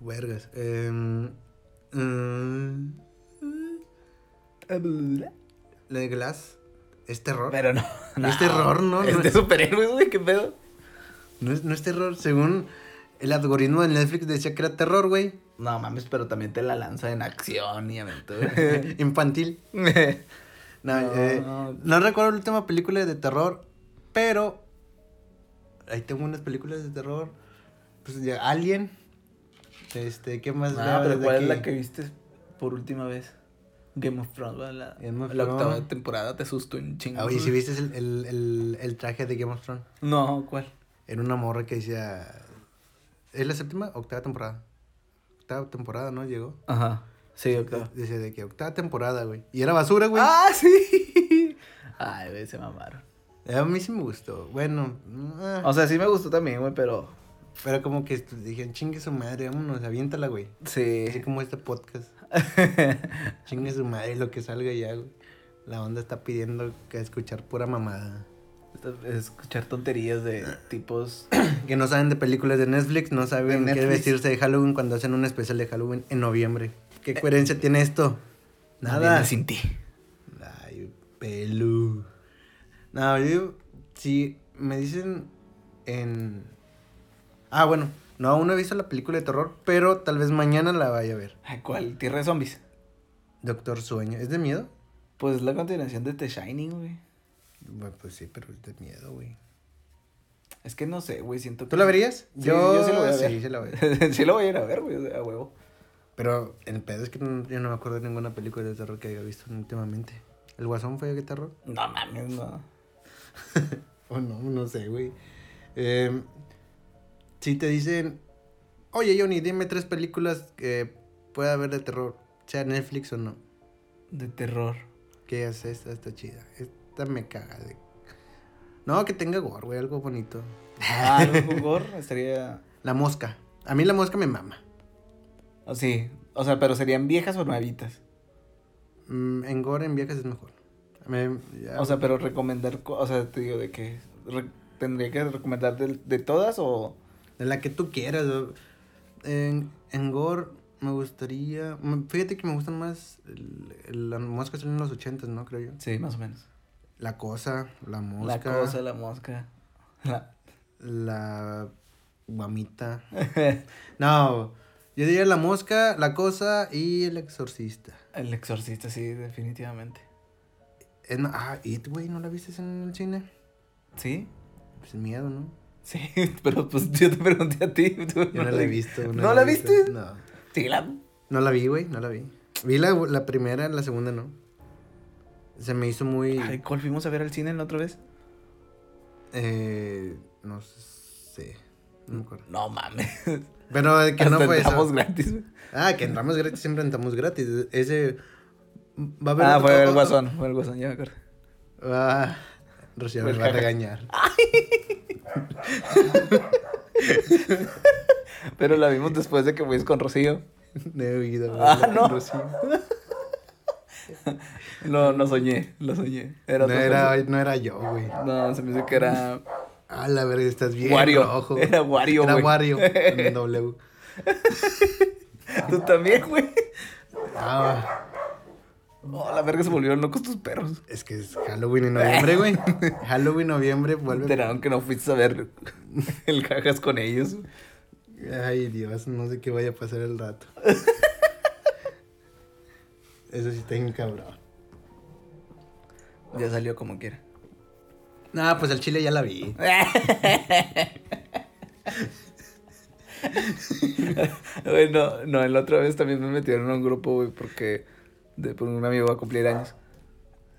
Vergas. em, mm, la de Glass. ¿Es terror? Pero no. No es terror, Este ¿no? Es No de es- superhéroes, güey. ¿Qué pedo? No, es, no es terror. Según el algoritmo de Netflix decía que era terror, güey. No mames, pero también te la lanza en acción y aventura. Infantil. Pues No, No. eh, no recuerdo la última película de terror, pero ahí tengo unas películas de terror. Pues de Alien. Este, ¿qué más? veo Ah, pero desde ¿cuál es aquí? la que viste por última vez? Game of Thrones, ¿verdad? la, Game of la Thrones. octava temporada te asustó un chingo. Ah, Oye, si güey. viste el, el- el- el traje de Game of Thrones. No, ¿cuál? Era una morra que decía. ¿Es la séptima? Octava temporada. Octava temporada, ¿no? Llegó. Ajá. Sí, octava. Dice de que octava temporada, güey. Y era basura, güey. Ah, sí. Ay, güey, se mamaron. A mí sí me gustó. Bueno, ah, O sea, sí me gustó también, güey, pero. pero como que estu- dije, chingue su madre, vámonos, aviéntala, güey. Así Sí. como este podcast. Chingue su madre lo que salga ya, güey. La onda está pidiendo que escuchar pura mamada. Escuchar tonterías de tipos. Que no saben de películas de Netflix, no saben De qué Netflix. vestirse de Halloween cuando hacen un especial de Halloween en noviembre. ¿Qué coherencia tiene esto? Nada. Eh. Nadie sin ti. Ay, pelu. No, yo, si me dicen en... Ah, bueno, no, aún no he visto la película de terror, pero tal vez mañana la vaya a ver. Ay, ¿Cuál? Tierra de zombies. Doctor Sueño, ¿es de miedo? Pues es la continuación de The Shining, güey. Bueno, pues sí, pero es de miedo, güey. Es que no sé, güey, siento que. ¿Tú la verías? Sí, yo, sí lo voy a ver. Sí, sí la voy a ver. sí lo voy a ir a ver, güey, o sea, a huevo. Pero el pedo es que no- yo no me acuerdo de ninguna película de terror que haya visto últimamente. ¿El Guasón fue de terror? No mames, no. O no, no sé, güey. Eh, si te dicen, oye Johnny, dime tres películas que pueda haber de terror, sea Netflix o no. De terror. Que es esta, está chida. Esta me caga. de- No, que tenga gore, güey, algo bonito. Ah, algo gore estaría. La mosca. A mí la mosca me mama. O sí. O sea, pero serían viejas o nuevitas. Mm, en gore, en viajes es mejor. Me- ya- O sea, pero recomendar. co- O sea, te digo, de que. re- ¿Tendría que recomendar de, de todas o.? De la que tú quieras. o- En, en Gore me gustaría. me- Fíjate que me gustan más. el- el- Las moscas salen en los 80, ¿no? Creo yo. Sí, más o menos. La cosa, la La mosca. La cosa, la mosca. La... guamita. No. Yo diría la mosca, la cosa y el exorcista. El exorcista, sí, definitivamente. Es ma- ah, It, güey, ¿no la viste en el cine? ¿Sí? Pues miedo, ¿no? Sí, pero pues yo te pregunté a ti. tú Yo no la he visto. ¿No la he visto. viste? No. Sí, la. No la vi, güey, no la vi. Vi la, la primera, la segunda no. Se me hizo muy... Ay, ¿cuál fuimos a ver al cine la otra vez? Eh, no sé. No me acuerdo. No mames. Pero eh, que no Hasta fue esa. entramos gratis. güey. Ah, que entramos gratis, siempre entramos gratis. Ese. Va a haber Ah, otro- fue el otro- guasón, fue el guasón, ya me acuerdo. Ah, Rocío Fue me el va Ah. a cajas. regañar. Pero la vimos después de que fuiste con Rocío. No he oído. Ah, hablar no. de Rocío. Lo, lo soñé, lo soñé. Era No otra era, cosa. no era yo, güey. No, se me dice que era. Ah, la verga, estás bien Wario. rojo. Era Wario, Era güey. Wario. con W. Tú también, güey. Ah, Oh, la verga se volvieron locos tus perros. es que es Halloween en noviembre, güey. Halloween, noviembre, Me vuelve. enteraron que no fuiste a ver el cajas con ellos. Ay, Dios, no sé qué vaya a pasar el rato. Eso sí está bien cabrón. Ya salió como quiera. Nah, pues el chile ya la vi. bueno, no, la otra vez también me metieron a un grupo, güey, porque de, por un amigo va a cumplir años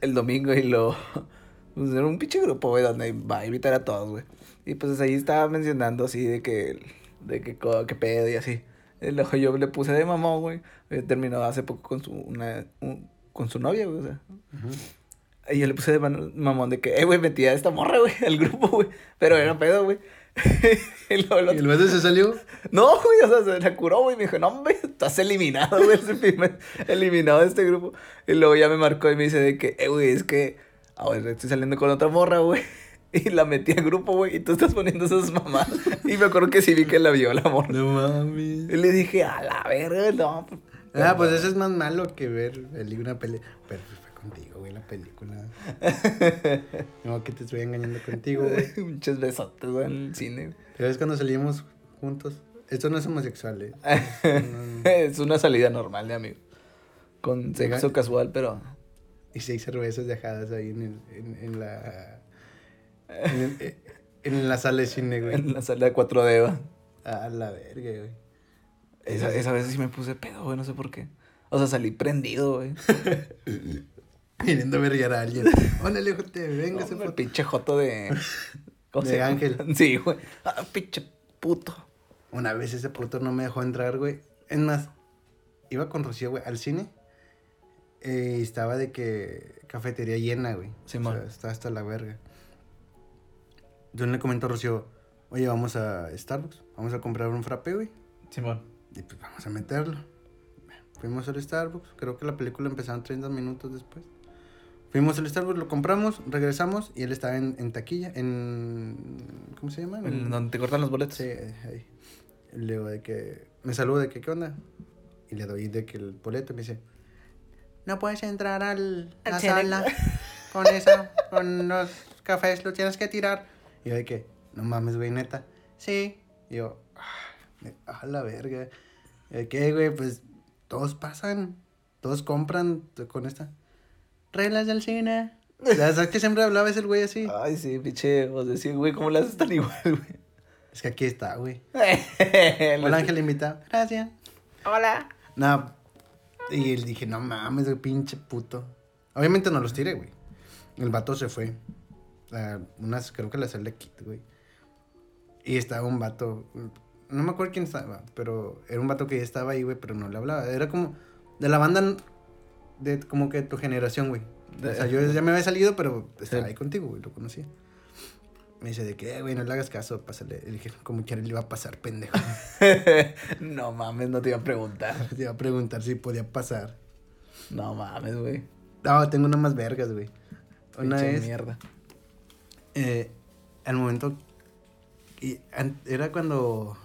el domingo y lo... Pues era un pinche grupo, güey, donde va a invitar a todos, güey. Y pues ahí estaba mencionando así de que... De que, co- que pedo y así. Y luego yo le puse de mamón, güey. Eh, Terminó hace poco con su, una, un- con su novia, güey, o sea. Y yo le puse de man- mamón de que, eh, güey, metí a esta morra, güey, al grupo, güey. Pero era pedo, güey. y luego el ¿Y otro- el vato se salió? no, güey, o sea, se la curó, güey. Me dijo, no, hombre, estás eliminado, güey. ese primer- eliminado de este grupo. Y luego ya me marcó y me dice de que, eh, güey, es que ahora estoy saliendo con otra morra, güey. Y la metí al grupo, güey. Y tú estás poniendo esas mamás. Y me acuerdo que sí vi que la vio la morra. No Y mames. le dije, a la verga, no. Ah, pues eso es más malo que ver peli- una pelea. Pero pues fue contigo, güey, la película. No, que te estoy engañando contigo, güey. Muchas besotes, güey, en el cine. ¿Te ves cuando salimos juntos? Esto no es homosexual, ¿eh? es una salida normal de amigo. Con sexo Oiga. casual, pero. Y seis cervezas dejadas ahí en, el- en, en la... En, el- en la sala de cine, güey. En la sala de 4D, va. A la verga, güey. Esa, esa vez sí me puse pedo, güey, no sé por qué. O sea, salí prendido, güey. Queriendo vergar a alguien. Órale, jote, venga, se Hombre, fue. pinche joto de... ¿cómo De se llama? Ángel. Sí, güey. Ah, pinche puto. Una vez ese puto no me dejó entrar, güey. Es más, iba con Rocío, güey, al cine. eh, y estaba de que cafetería llena, güey. Simón. O sea, estaba hasta la verga. Yo le comento a Rocío, oye, vamos a Starbucks, vamos a comprar un frappe, güey. Simón. Y pues vamos a meterlo. Fuimos al Starbucks, creo que la película empezaron 30 minutos después. Fuimos al Starbucks, lo compramos, regresamos y él estaba en, en taquilla, en... ¿Cómo se llama? En- Donde te cortan los boletos. Sí, ahí. Y Le digo de que. Me saluda de que, ¿qué onda? Y le doy de que el boleto y me dice: No puedes entrar al, a la Al Cerex". sala con esa, con los cafés, lo tienes que tirar. Y yo de que, no mames, güey, neta. Sí. Y yo, "Ah, me- a la verga. Y de que, güey, pues todos pasan, todos compran t- con esta. Reglas del cine. La verdad que siempre hablaba ese güey así. Ay, sí, pinche. Vos decís, güey, ¿cómo le haces tan igual, güey? Es que aquí está, güey. El Hola, Ángel, invitado. Gracias. Hola. Nah. Y él dije, no mames, güey, pinche puto. Obviamente no los tiré, güey. El vato se fue. A unas, creo que la sala de Kit, güey. Y estaba un vato. No me acuerdo quién estaba, pero era un vato que ya estaba ahí, güey, pero no le hablaba. Era como. De la banda. De como que tu generación, güey. O sea, yo ya me había salido, pero estaba ahí contigo, güey, lo conocía. Me dice, de que, "Eh, güey, no le hagas caso, pásale. Le dije, como quiera le iba a pasar, pendejo. No mames, no te iba a preguntar. Te iba a preguntar si podía pasar. No mames, güey. No, tengo una más vergas, güey. Una Pinche vez, mierda. eh, al momento, y an- era cuando,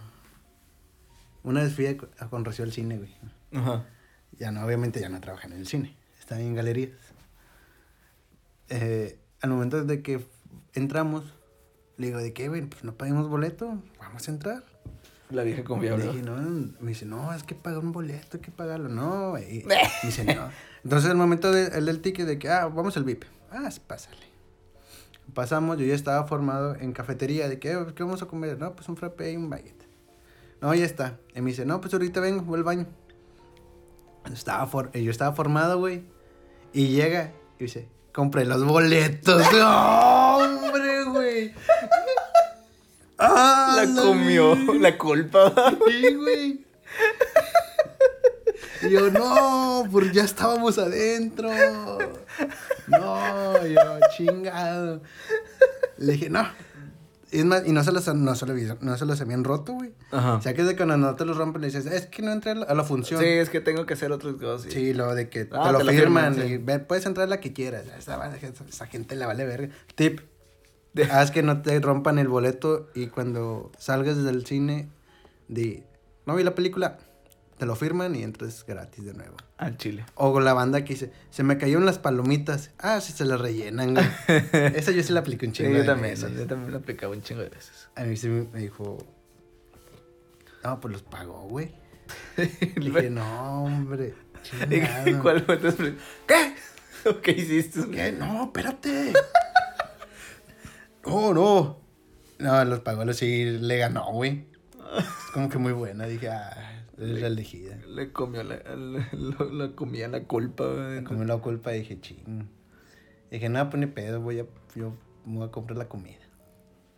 una vez fui a, co- a con Rocío al cine, güey. Ajá. Ya no, obviamente ya no trabajan en el cine, están en galerías. Eh, al momento de que f- entramos, le digo, ¿de qué, güey? Pues no paguemos boleto, vamos a entrar. La vieja Le confiable. dije, no, me dice, no, es que pagar un boleto, hay que pagarlo. No, güey. Me dice, no. Entonces, el momento de- el del ticket de que, ah, vamos al VIP. Ah, sí, pásale. Pasamos, yo ya estaba formado en cafetería, de que, "Eh, ¿qué vamos a comer? No, pues un frappé y un baguette. No, ya está. Y me dice, no, pues ahorita vengo, voy al baño. Estaba for- yo estaba formado, güey. Y llega y dice, compré los boletos. ¡No, hombre, güey! la comió la culpa. Sí, güey. Y yo, no, porque ya estábamos adentro. No, yo, chingado. Le dije, no. Es más, y no se los, no se los- no se los habían roto, güey. Ajá. O sea, que es de cuando no te los rompen le dices, es que no entré a la- a la función. Sí, es que tengo que hacer otras cosas. Sí. Sí, lo de que Ah, te lo te la firman. firman, sí. y ve, puedes entrar la que quieras. Esa, va- esa gente la vale verga. Tip. Haz que no te rompan el boleto y cuando salgas del cine, di, no vi la película, te lo firman y entras gratis de nuevo. Al chile. O con la banda que dice, se me cayeron las palomitas. Ah, sí, se las rellenan, güey. Esa yo sí la apliqué un Sí, chingo. yo de también. veces. Yo también lo aplicaba un chingo de veces. A mí se me me dijo, no, pues los pagó, güey. Le dije, ¿Y no, hombre. qué- chingado". cuál fue tu expresión? ¿Qué? ¿O ¿Qué hiciste? ¿Qué? No, espérate. no, no. No, los pagolos sí le ganó, güey. Es como que muy buena. Dije, ah, es la elegida. Le comió la, la, lo- la comía la culpa. güey. Como la culpa, dije, ching. Dije, nada, pone pedo, voy a, yo me voy a comprar la comida.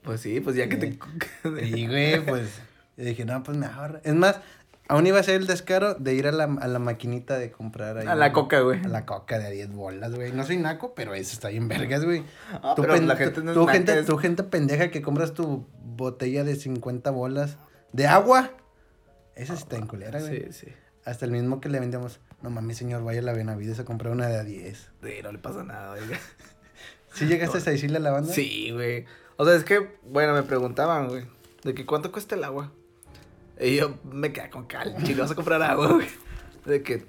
Pues sí, pues ya que te. Y, güey, pues, yo dije, no, pues me ahorra. Es más, aún iba a ser el descaro de ir a la, a la maquinita de comprar ahí. A la coca, güey. A la coca de a 10 bolas, güey. No soy naco, pero eso está bien vergas, güey. Ah, tú, pero pen- la gente no es tú naca, gente, es- tú gente pendeja que compras tu botella de 50 bolas de agua. Esa sí está en culera, güey. Sí, sí. Hasta el mismo que le vendemos. No mames, señor, vaya a la Benavides a comprar una de a 10. Sí, no le pasa nada, oiga. ¿Sí llegaste a decirle a la banda? Ah, Sí, güey. O sea, es que, bueno, me preguntaban, güey, de que cuánto cuesta el agua. Y yo me quedé con cal, chile, vas a comprar agua, güey. De que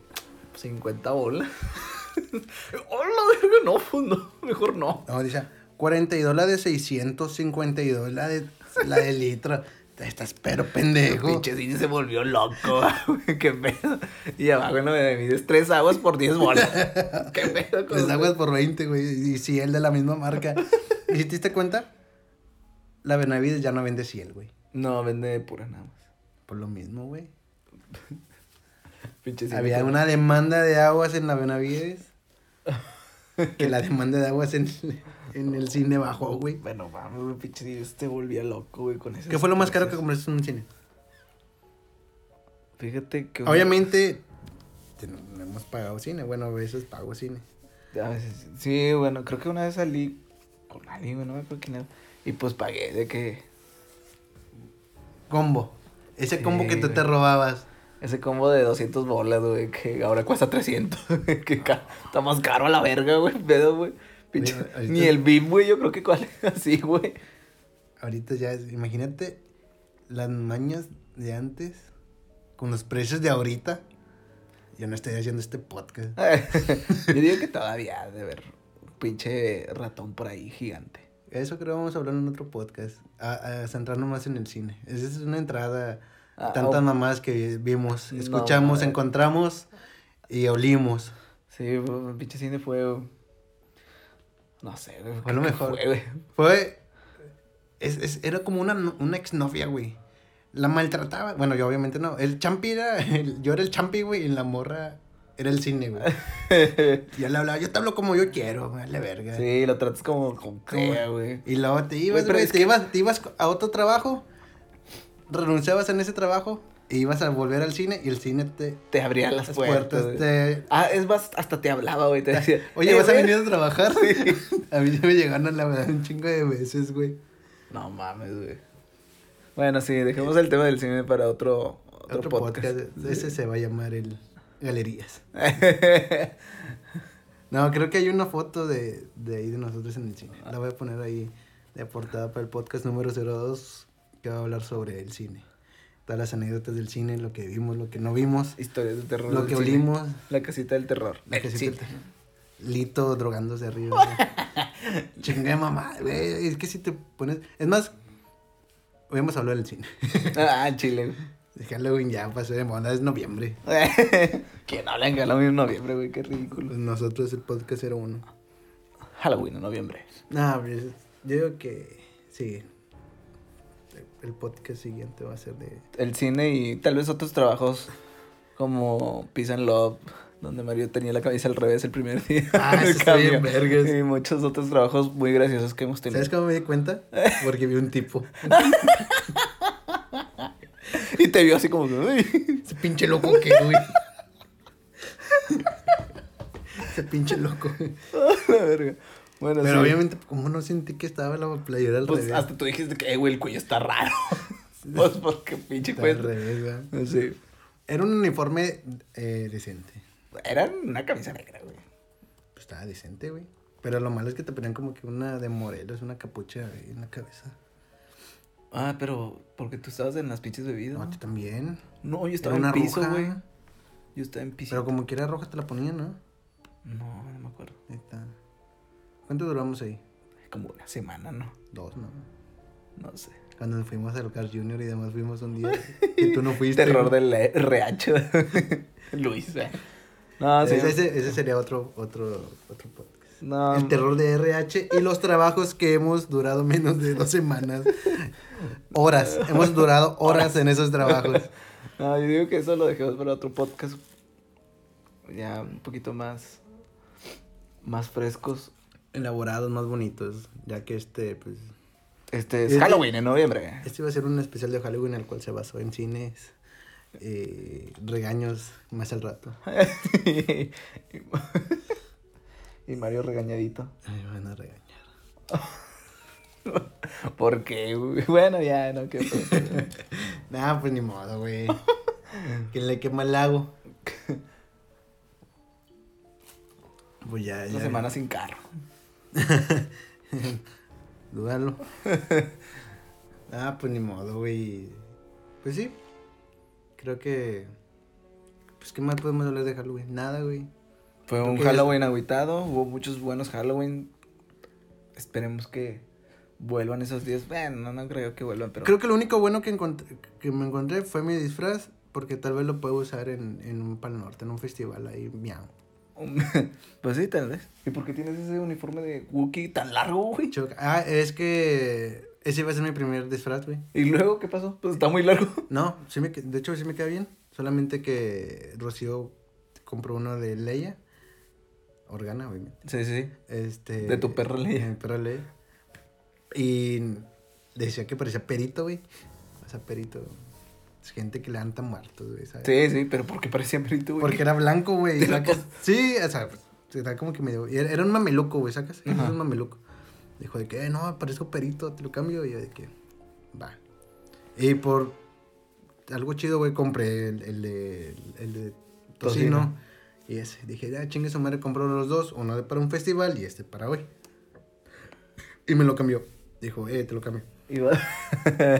50 bolas. Hola, verga, no, pues no, mejor no. No, dice, 42 la de 600, 52 la de, la de litro. Estás pero pendejo. Pinche cine se volvió loco, güey, qué pedo. Y abajo no me mides tres aguas por 10 bolas. Qué pedo con Las aguas por 20, güey. Y si el de la misma marca. ¿Y si te diste cuenta? La Benavides ya no vende ciel, güey. No, vende de pura nada más. Por lo mismo, güey. Pinche cine Había con- una demanda de aguas en la Benavides. que la demanda de aguas en, en el cine bajó, güey. Bueno, vamos, güey, pinche cine se volvía loco, güey, con eso. ¿Qué fue lo más caro que compraste en un cine? Fíjate que. Obviamente, te- no hemos pagado cine. Bueno, a veces pago cine. A veces, sí, bueno, creo que una vez salí con alguien, güey, no me acuerdo quién era. Y pues pagué de que Combo. Ese Sí, combo que tú güey. te robabas. ese combo de 200 bolas, güey, que ahora cuesta 300. que ca- está más caro a la verga, güey, pedo, güey. Pinche- Oye, ahorita- ni el BIM, güey, yo creo que cuál es así, güey. Ahorita ya, es- imagínate las mañas de antes con los precios de ahorita. Yo no estaría haciendo este podcast. yo digo que todavía ha de ver pinche ratón por ahí gigante. Eso creo que vamos a hablar en otro podcast. A, a centrarnos más en el cine. Esa es una entrada. Ah, tantas oh. mamás que vimos, No, escuchamos, madre. encontramos y olimos. Sí, güey, pinche cine fue. No sé, güey. Fue lo ¿qué mejor. fue, güey? Fue. Es, es- era como una, no- una exnovia, güey. La maltrataba. Bueno, yo obviamente no. El champi era. el- yo era el champi, güey, y la morra era el cine, güey. yo le hablaba, yo te hablo como yo quiero, güey, la verga. Sí, lo tratas como con crea, güey. Y luego te ibas, Güey, pero güey, es te, que- ibas, te ibas a otro trabajo, renunciabas en ese trabajo, e ibas a volver al cine y el cine te. Te abría las, Las puertas. puertas, güey. te. Ah, es más, hasta te hablaba, güey. Te decía, Oye, "Eh, ¿vas a güey". venir a trabajar? a mí ya me llegaron, la verdad, un chingo de veces, güey. No mames, güey. Bueno, sí, dejemos el tema del cine para otro, otro, Otro, podcast. podcast. Ese se va a llamar el Galerías. No, creo que hay una foto de, de ahí de nosotros en el cine. La voy a poner ahí de portada para el podcast número 02 que va a hablar sobre el cine. Todas las anécdotas del cine, lo que vimos, lo que no vimos, Historias de terror. lo del que cine. olimos. La casita del terror. lo que Del sí cine. te- Lito drogándose arriba. güey. Chinga de mamá, güey. Es que si te pones... Es más, hoy hemos hablado del cine. Ah, chile. El Halloween ya pasó de moda, es noviembre. güey. ¿Quién habla en Halloween en noviembre, güey? Qué ridículo. Pues nosotros el podcast era uno. Halloween en noviembre. No, pues, yo digo que sí. El podcast siguiente va a ser de... El cine y tal vez otros trabajos como Peace and Love, donde Mario tenía la cabeza al revés el primer día. Ah, del eso está bien cambio. vergas. Y muchos otros trabajos muy graciosos que hemos tenido. ¿Sabes cómo me di cuenta? Porque vi un tipo. Y te vio así como que, "Uy". Ese pinche loco que, güey. Ese pinche loco. La verga. Bueno, Pero sí. obviamente, como no sentí que estaba la playera al Pues revés? hasta tú dijiste que, "Eh, güey, el cuello está raro. pues porque pinche Estaba al cuello. revés, ¿verdad? Sí. Era un uniforme eh, decente. Era una camisa negra, güey. Pues estaba decente, güey. Pero lo malo es que te ponían como que una de Morelos, una capucha güey, en la cabeza. Ah, pero porque tú estabas en las pinches bebidas. No, a No, ti también. No, yo Era estaba una en piso, roja. güey. Yo estaba en piso. Pero como que era roja te la ponían, ¿no? No, no me acuerdo. Ahí está. ¿Cuánto duramos ahí? Como una semana, ¿no? Dos, ¿no? No sé. Cuando nos fuimos al local Junior y demás fuimos un día que tú no fuiste. Terror güey. del RH. Luis. eh. No, sí. ese, ese- ese sería otro, otro, otro podcast. Ah, No, El terror de RH y los trabajos que hemos durado menos de dos semanas. Horas. Hemos durado horas en esos trabajos. no, yo digo que eso lo dejemos para otro podcast. Ya un poquito más. Más frescos. Elaborados, más bonitos. Ya que este, pues. Este Y es este- Halloween en noviembre. Este iba a ser un especial de Halloween en el cual se basó en cines. eh, regaños más al rato. y Mario regañadito. Ay, me van a regañar. Porque, bueno, ya, no, qué pedo. Nah, pues ni modo, güey. que le quema el lago. Pues ya, ya. Una semana sin carro. Dúdalo. ah, pues ni modo, güey. Pues sí. Creo que. Pues qué más podemos hablar de Halloween. Nada, güey. Fue Creo un que ya- Halloween agüitado, hubo muchos buenos Halloween. Esperemos que vuelvan esos días. Bueno, no, no creo que vuelvan, pero Creo que lo único bueno que, encontré, que me encontré fue mi disfraz. Porque tal vez lo puedo usar en, en un Pal Norte, en un festival ahí, miau. pues sí, tal vez. ¿Y por qué tienes ese uniforme de Wookiee tan largo, güey? Choca- Ah, es que ese iba a ser mi primer disfraz, güey. ¿Y luego qué pasó? Pues está muy largo. No, sí me, que- de hecho sí me queda bien. Solamente que Rocío compró uno de Leia. Organa, obviamente. Sí, sí. Este, De tu perra Leia. de mi perra Leia. Y decía que parecía perito, güey. O sea, perito. Es gente que levanta muertos, güey, ¿sabes? Sí, sí, pero porque parecía perito, güey. Porque era blanco, güey. sacas- Sí, o sea, pues, era como que medio. Era era un mameluco, güey, sacas. Era Ajá. un mameluco. Dijo de que, "Eh, no, parezco perito, te lo cambio. Y yo de que, va. Y por algo chido, güey, compré el, el de, el de tocino. Tocino. Y ese. Dije, ya, chingue su madre, compró los dos. Uno de para un festival y este para hoy. Y me lo cambió. Dijo, eh, te lo cambio. Iba-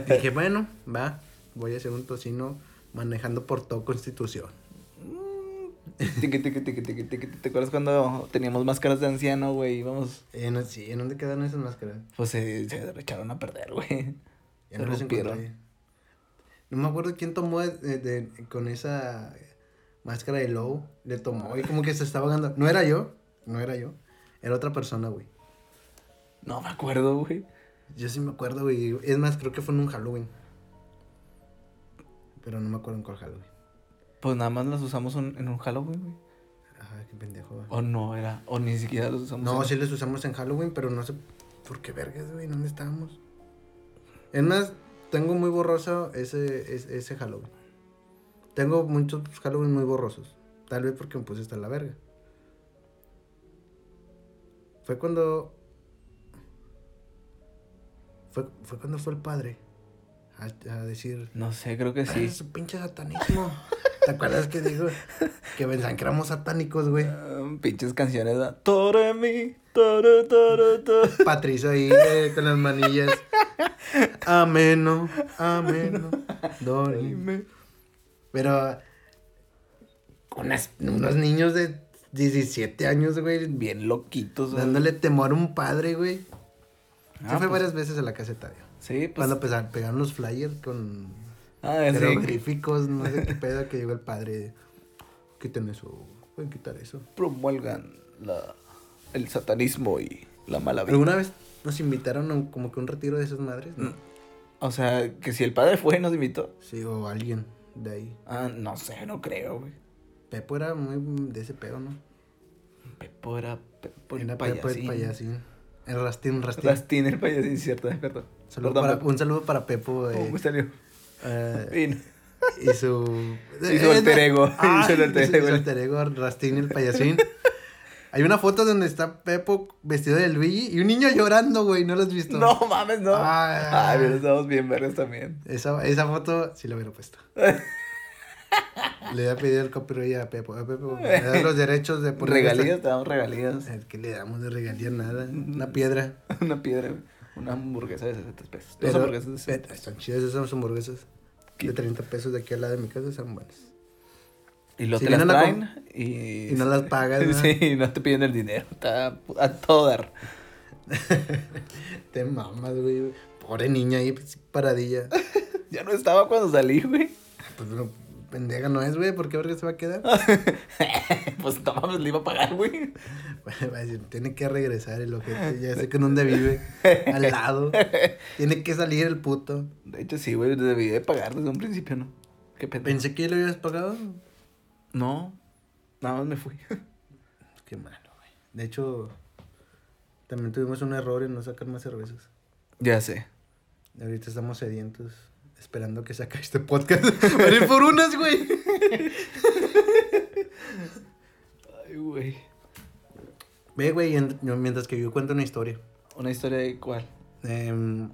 Y dije, bueno, va. Voy a hacer un tocino manejando por todo Constitución. Tiqui, tiqui, tiqui, tiqui, tiqui. ¿Te acuerdas cuando teníamos máscaras de anciano, güey? Íbamos. Eh, no, sí, ¿en dónde quedaron esas máscaras? Pues se, se echaron a perder, güey. Ya Se no las rompieron. encontré. No me acuerdo quién tomó de- de- de- con esa máscara de Low. Le tomó y como que se estaba ahogando. No era yo, no era yo. Era otra persona, güey. No me acuerdo, güey. Yo sí me acuerdo, güey. Es más, creo que fue en un Halloween. Pero no me acuerdo en cuál Halloween. Pues nada más las usamos un- en un Halloween, güey. Ay, qué pendejo. güey. O no era, o ni siquiera los usamos. No, en- sí les usamos en Halloween, pero no sé por qué vergas, güey. ¿Dónde estábamos? Es más, tengo muy borroso ese, es- ese Halloween. Tengo muchos Halloween muy borrosos. Tal vez porque me puse hasta la verga. Fue cuando. Fue, fue cuando fue el padre a, a decir. No sé, creo que Sí. sí. su pinche satanismo. ¿Te acuerdas que digo? Que pensaban que éramos satánicos, güey. Ah, pinches canciones. ¿verdad? Tore mi, toro, toro, toro. Patricio ahí eh, con las manillas. Ameno, ameno, doli. Dime. Pero unas- unos niños de 17 años, güey, Bien loquitos, güey. dándole temor a un padre, güey. Se Pues, eh. Ah, fue pues, varias veces a la caseta, tío. Sí, pues. Cuando pesa- pegaron los flyers con Ah, sí. jeroglíficos, no sé qué pedo, que llegó el padre. Quiten eso, pueden quitar eso. Promulgan la, el satanismo y la mala vida. ¿Alguna vez nos invitaron a un- como que un retiro de esas madres? ¿no? Mm. O sea, que si el padre fue y nos invitó. Sí, o alguien de ahí. Ah, no sé, no creo, güey. Pepo era muy de ese pedo, ¿no? Pepo era Pepo el Era payasín. Pepo el payasín. El rastín, rastín. Rastín el payasín, cierto, es verdad. Saludo Perdón, Oh, para- Pepo. un saludo para Pepo. eh, Oh, me salió. eh, Bien. Y su. Y su alter ego, Ah, y su alter y su- y su ego. alter ego, Rastín el payasín. Hay una foto donde está Pepo vestido de Luigi y un niño llorando, güey. ¿No lo has visto? No mames, no. Ah. Ay, pero estamos bien vergas también. Esa, esa foto sí la hubiera puesto. le voy a pedir el copyright a Pepo. A Pepo, me das los derechos de poner Regalías, esta- te damos regalías. Es que le damos de regalías nada. Una piedra. Una piedra, güey. una hamburguesa de 60 pesos. Dos Pero- hamburguesas de 60 pero están chidas esas hamburguesas. ¿Qué? De 30 pesos de aquí al lado de mi casa están buenas. Y lo Si te las vienen a traen com- y... y no las pagas, ¿no? Sí, y no te piden el dinero. Está a todo dar. Te mamas, güey. Pobre niña ahí, pues, paradilla. Ya no estaba cuando salí, güey. Pues no, pendeja no es, güey. ¿Por qué verga se va a quedar? pues no mames, le iba a pagar, güey. Va a decir, tiene que regresar el ojete. Ya sé que en dónde vive. Al lado. Tiene que salir el puto. De hecho, sí, güey, debí de pagar desde un principio, ¿no? Qué pena. Pensé que ya lo habías pagado. No, nada más me fui. Qué malo, güey. De hecho, también tuvimos un error en no sacar más cervezas. ya sé. Ahorita estamos sedientos, esperando que saque este podcast. Para ir por unas, güey. Ay, güey. Ve, güey, en- yo- mientras que yo cuento una historia. ¿Una historia de cuál? Em,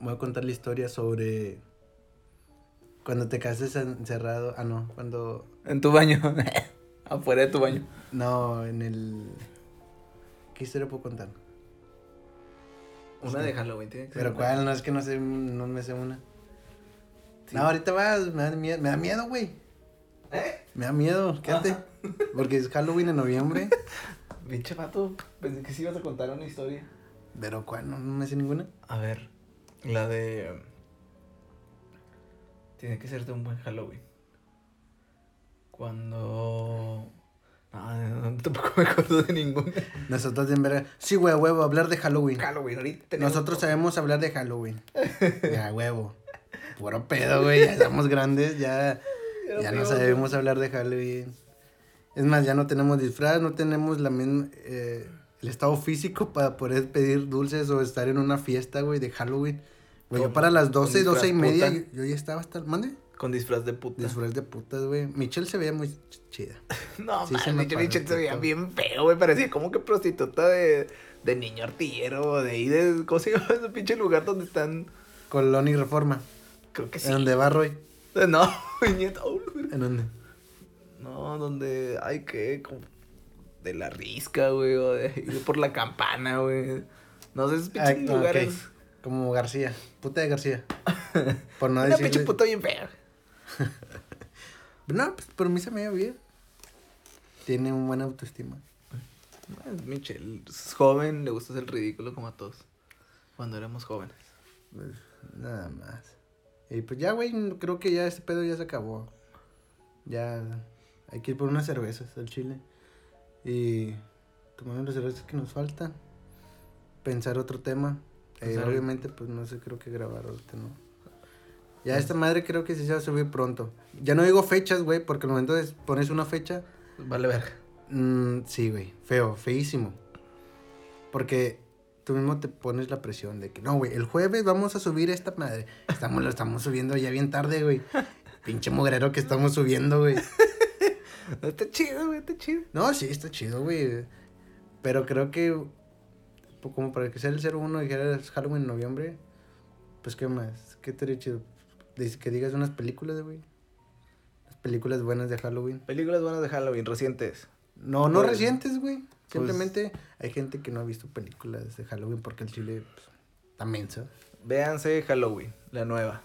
voy a contar la historia sobre cuando te cases encerrado. Ah, no, cuando. En tu baño. Afuera de tu baño. No, en el. ¿Qué historia puedo contar? Una de Halloween tiene que ser. Pero güey. cuál, no es que no sé, no me sé una. Sí. No, ahorita vas, me da miedo, me da miedo, güey. Me da miedo, quédate. Ajá. Porque es Halloween en noviembre. Pinche vato, pensé que sí ibas a contar una historia. Pero cuál, no, no me sé ninguna. A ver, la de... um, Tiene que ser de un buen Halloween. Cuando... No, no, tampoco me acuerdo de ningún Nosotros en verga. Sí, güey, a huevo, hablar de Halloween. Halloween. Ahorita Nosotros sabemos hablar de Halloween. Ya, huevo. Puro pedo, güey. Ya somos grandes, ya, ya no sabemos hablar de Halloween. Es más, ya no tenemos disfraz, no tenemos la misma, eh, el estado físico para poder pedir dulces o estar en una fiesta, güey, de Halloween. Güey, yo Con- para las con 12, disfraz 12 y media, yo, puta. Ah. yo ya estaba hasta... ¿Mande? Con disfraz de puta. Disfraz de putas, güey. Michelle se veía muy ch- chida. No, Sí, mames, se me pinche bicho paró, se veía puto. bien feo, güey. Parecía como que prostituta de, de niño artillero, de ahí de. ¿Cómo se llama ese pinche lugar donde están? Colón y Reforma. Creo que sí. ¿En dónde va, Roy? No, viñeta. oh, la verga. ¿En dónde? No, donde. Ay, qué. Como de la risca, güey. O de ir por la campana, güey. No sé, esos Ah, pinches ok. lugares. Como García. Puta de García. Por no Una decirle- pinche puta bien fea. No, pues por mí se me ve bien. Tiene un buena autoestima. Bueno, Michelle es joven, le gusta hacer ridículo como a todos. Cuando éramos jóvenes. Pues, nada más. Y pues ya, güey, creo que ya este pedo ya se acabó. Ya hay que ir por unas cervezas al chile. Y tomar las cervezas que nos faltan. Pensar otro tema. Eh, Pensar- obviamente, pues no sé, creo que grabar ahorita, ¿no? Ya esta madre creo que sí se va a subir pronto. Ya no digo fechas, güey, porque al momento de pones una fecha, Vale, verga. Mm, sí, güey. Feo, feísimo. Porque tú mismo te pones la presión de que, no, güey, el jueves vamos a subir esta madre. Estamos, lo estamos subiendo ya bien tarde, güey. Pinche mugrero que estamos subiendo, güey. Está chido, güey, está chido. No, sí, está chido, güey. Pero creo que, po- como para que sea el 01 y que era Halloween en noviembre, pues, ¿qué más? ¿Qué te chido? Dice Que digas unas películas, güey. Las películas buenas de Halloween. Películas buenas de Halloween, recientes. No, no Pues, recientes, güey. pues- Simplemente hay gente que no ha visto películas de Halloween porque el chile pues, está menso. Véanse Halloween, la nueva.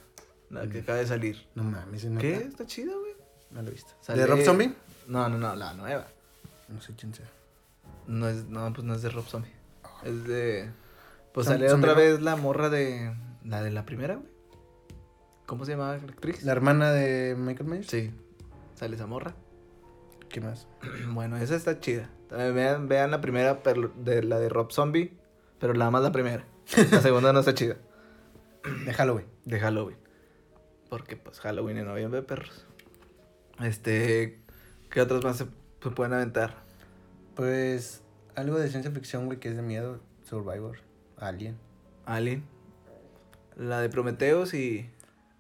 La que acaba de salir. No mames, ¿no? Mm. ¿Qué? Está chida, güey. No lo he visto. Sale- ¿De Rob Zombie? No, no, no, la nueva. No sé, chance. No es, no, pues no es de Rob Zombie. Es de. Pues Zom- sale zombie otra Rob. vez la morra de. La de la primera, güey. ¿Cómo se llamaba la actriz? ¿La hermana de Michael Myers? Sí. Sale esa morra. ¿Qué más? Bueno, esa está chida. También vean, vean la primera, pero de la de Rob Zombie. Pero nada más la primera. La segunda no está chida. De Halloween. de Halloween. Porque pues Halloween en noviembre, perros. Este, ¿qué otras más se, se pueden aventar? Pues algo de ciencia ficción, güey, que es de miedo. Survivor. Alien. Alien. La de Prometeos y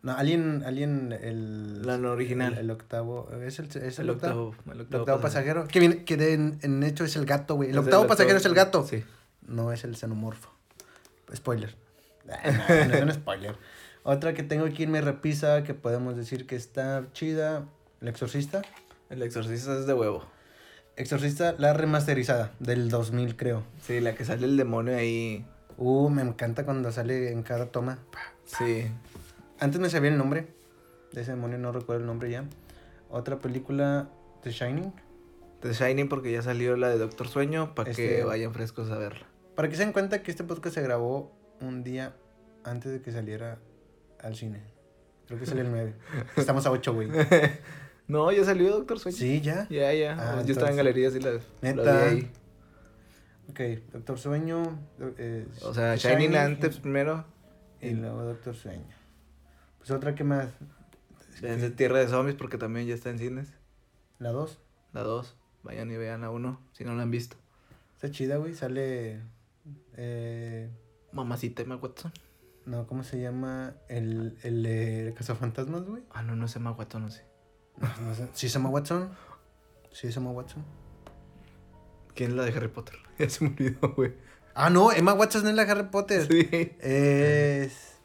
No, Alien, Alien, el... La no original. El, el octavo, ¿es el, es el El octavo? octavo, el El octavo pasajero, que, viene- que de- en, en hecho es el gato, güey. El Es octavo pasajero es el gato. Sí. No es el xenomorfo. Spoiler. Ah, no, no es un spoiler. Otra que tengo aquí en mi repisa que podemos decir que está chida, El Exorcista. El exorcista es de huevo. Exorcista, la remasterizada, del 2000 creo. Sí, la que sale el demonio ahí. Uh, me encanta cuando sale en cada toma. Sí. Antes me sabía el nombre de ese demonio, no recuerdo el nombre ya. Otra película, The Shining. The Shining porque ya salió la de Doctor Sueño para Este- que vayan frescos a verla. Para que se den cuenta que este podcast se grabó un día antes de que saliera al cine. Creo que salió el 9. Estamos a 8, güey. No, ya salió Doctor Sueño. Sí, ya. Ya, ya. Ah, Yo estaba entonces- en galerías y la, la vi Neta. ahí. Ok, Doctor Sueño. do- eh, O sea, The Shining antes primero. Y luego Doctor Sueño. Pues otra que más. Véanse Tierra de Zombies porque también ya está en cines. La 2. La 2. Vayan y vean la 1 si no la han visto. Está chida, güey. Sale. eh, Mamacita Emma Watson. no, ¿cómo se llama? El, el de Cazafantasmas, güey. Ah, no, no es Emma Watson, no sé. No, no sé. Sí, se llama Watson. Sí, se llama Watson. ¿Quién es la de Harry Potter? Ya se me olvidó, güey. Ah, no, Emma Watson es la de Harry Potter. Sí. Es.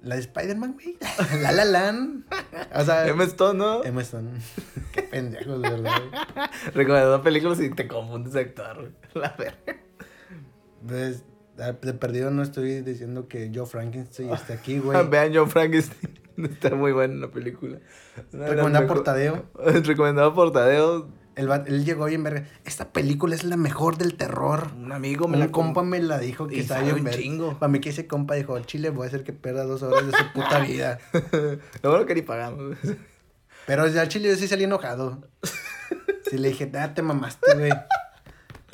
La de Spider-Man, güey. La La Land. O sea, Emma, Emma Stone, ¿no? Stone. Qué pendejos, de verdad. güey. Recomendando películas y te confundes de actor. güey. La verga. Entonces, de ah, de perdido no estoy diciendo que Joe Frankenstein está aquí, güey. Vean John Frankenstein. Está muy buena la película. Una de las Recomendado mejor- Portadeo. Recomendado Portadeo. El va- él llegó bien verga. Esta película es la mejor del terror. Un amigo me Un la compa compa me la dijo que y estaba sabe bien un verga. chingo. Para mí que ese compa dijo, "Al chile, voy a hacer que pierda dos horas de su puta vida. Lo bueno que ni pagamos. Pero ya al chile yo sí salí enojado. Sí le dije, ah, te mamaste, güey.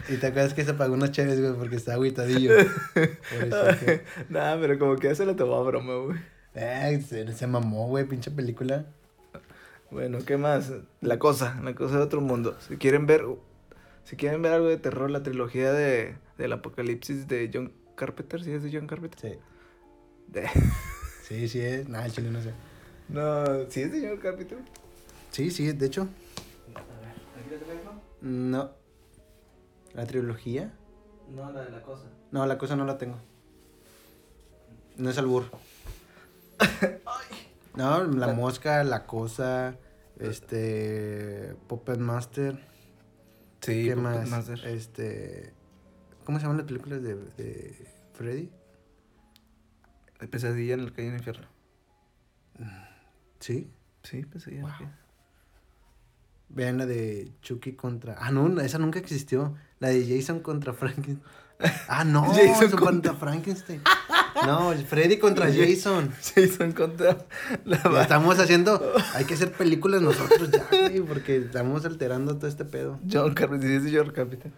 Y te acuerdas que se pagó unos chéves, güey, porque estaba agüitadillo. Por eso que- Nada, pero como que ya se la tomó a broma, güey. Ay, se, se mamó, güey, pinche película. Bueno, ¿qué más? La cosa, la cosa de otro mundo. Si quieren ver, si quieren ver algo de terror, la trilogía de del apocalipsis de John Carpenter, ¿sí es de John Carpenter? Sí, De- sí, sí es. Nah, al chile no sé. No, sí es de John Carpenter. Sí, sí, de hecho. No. ¿La trilogía? No, la de la cosa. No, la cosa no la tengo. No es albur. No, la mosca, la cosa, este, Puppet Master, Sí, ¿qué Puppet más? Master. Este, ¿cómo se llaman las películas de, de Freddy? De pesadilla en el calle del infierno. Sí. Sí, pesadilla. en el Calle. Vean la de Chucky contra, ah no, esa nunca existió, la de Jason contra Frankenstein. Ah no, Jason Jason contra Frankenstein. No, el Freddy contra Jason. Jason contra la Ya ba- estamos haciendo, hay que hacer películas nosotros ya, güey, porque estamos alterando todo este pedo. John Carpenter, sí es de John Carpenter.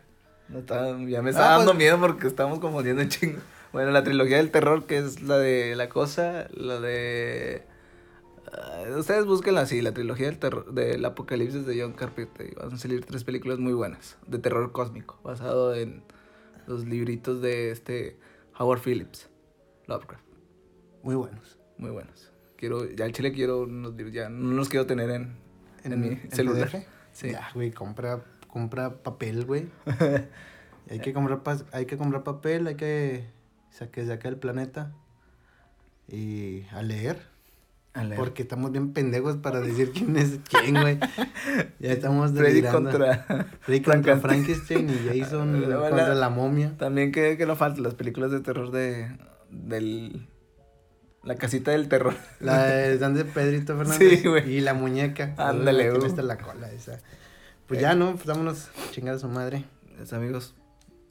No, está- ya me Ah, está dando pues- miedo porque estamos confundiendo un chingo. Bueno, la trilogía del terror, que es la de La Cosa, la de... ah, ustedes búsquenla así, la trilogía del terror, del apocalipsis de John Carpenter. y Van a salir tres películas muy buenas, de terror cósmico, basado en los libritos de este Howard Phillips, Lovecraft. Muy buenos. Muy buenos. Quiero, ya al chile quiero unos libros, ya no los quiero tener en, en, mi celular. PDF. Sí. Ya, güey, compra, compra papel, güey. hay que comprar, pas- hay que comprar papel, hay que sa- que sacar el planeta y a leer, A leer. porque estamos bien pendejos para decir quién es quién, güey. Ya estamos Freddy delirando. contra... Freddy contra Frankenstein. Frankenstein y Jason La verdad. contra la momia. También que, que no faltan las películas de terror de... del... La casita del terror. La de Dante Pedrito Fernández. Sí, güey. Y la muñeca. Ándale, Uy, güey. Eh. Tiene hasta la cola esa. Pues ya, ¿no? Pues vámonos a chingar a su madre. Es, amigos,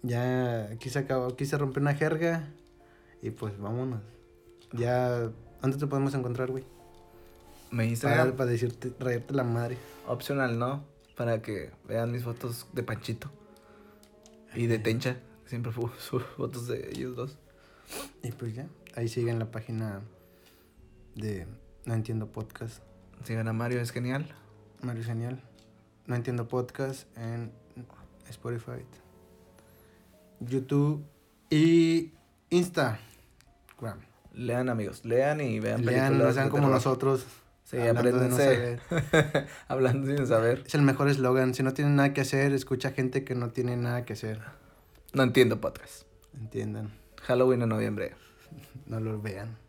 Ya aquí se acabó, aquí se rompió una jerga. Y pues vámonos. Ya, ¿dónde te podemos encontrar, güey? me Para, Instagram para decirte, rayarte la madre. optional, ¿no? Para que vean mis fotos de Panchito. Y de Tencha. Siempre fu- subo fotos de ellos dos. Y pues ya, ahí siguen la página de No Entiendo Podcast. Sigan a Mario, es genial. Mario Genial. No entiendo podcast en Spotify, YouTube y Instagram. Lean, amigos, lean y vean Lean, no películas sean de como terror. nosotros. Sí, hablando de no apréndanse. Hablando sin saber. Es el mejor eslogan. Si no tienen nada que hacer, escucha gente que no tiene nada que hacer. No entiendo podcast. Entiendan. Halloween en noviembre. No lo vean.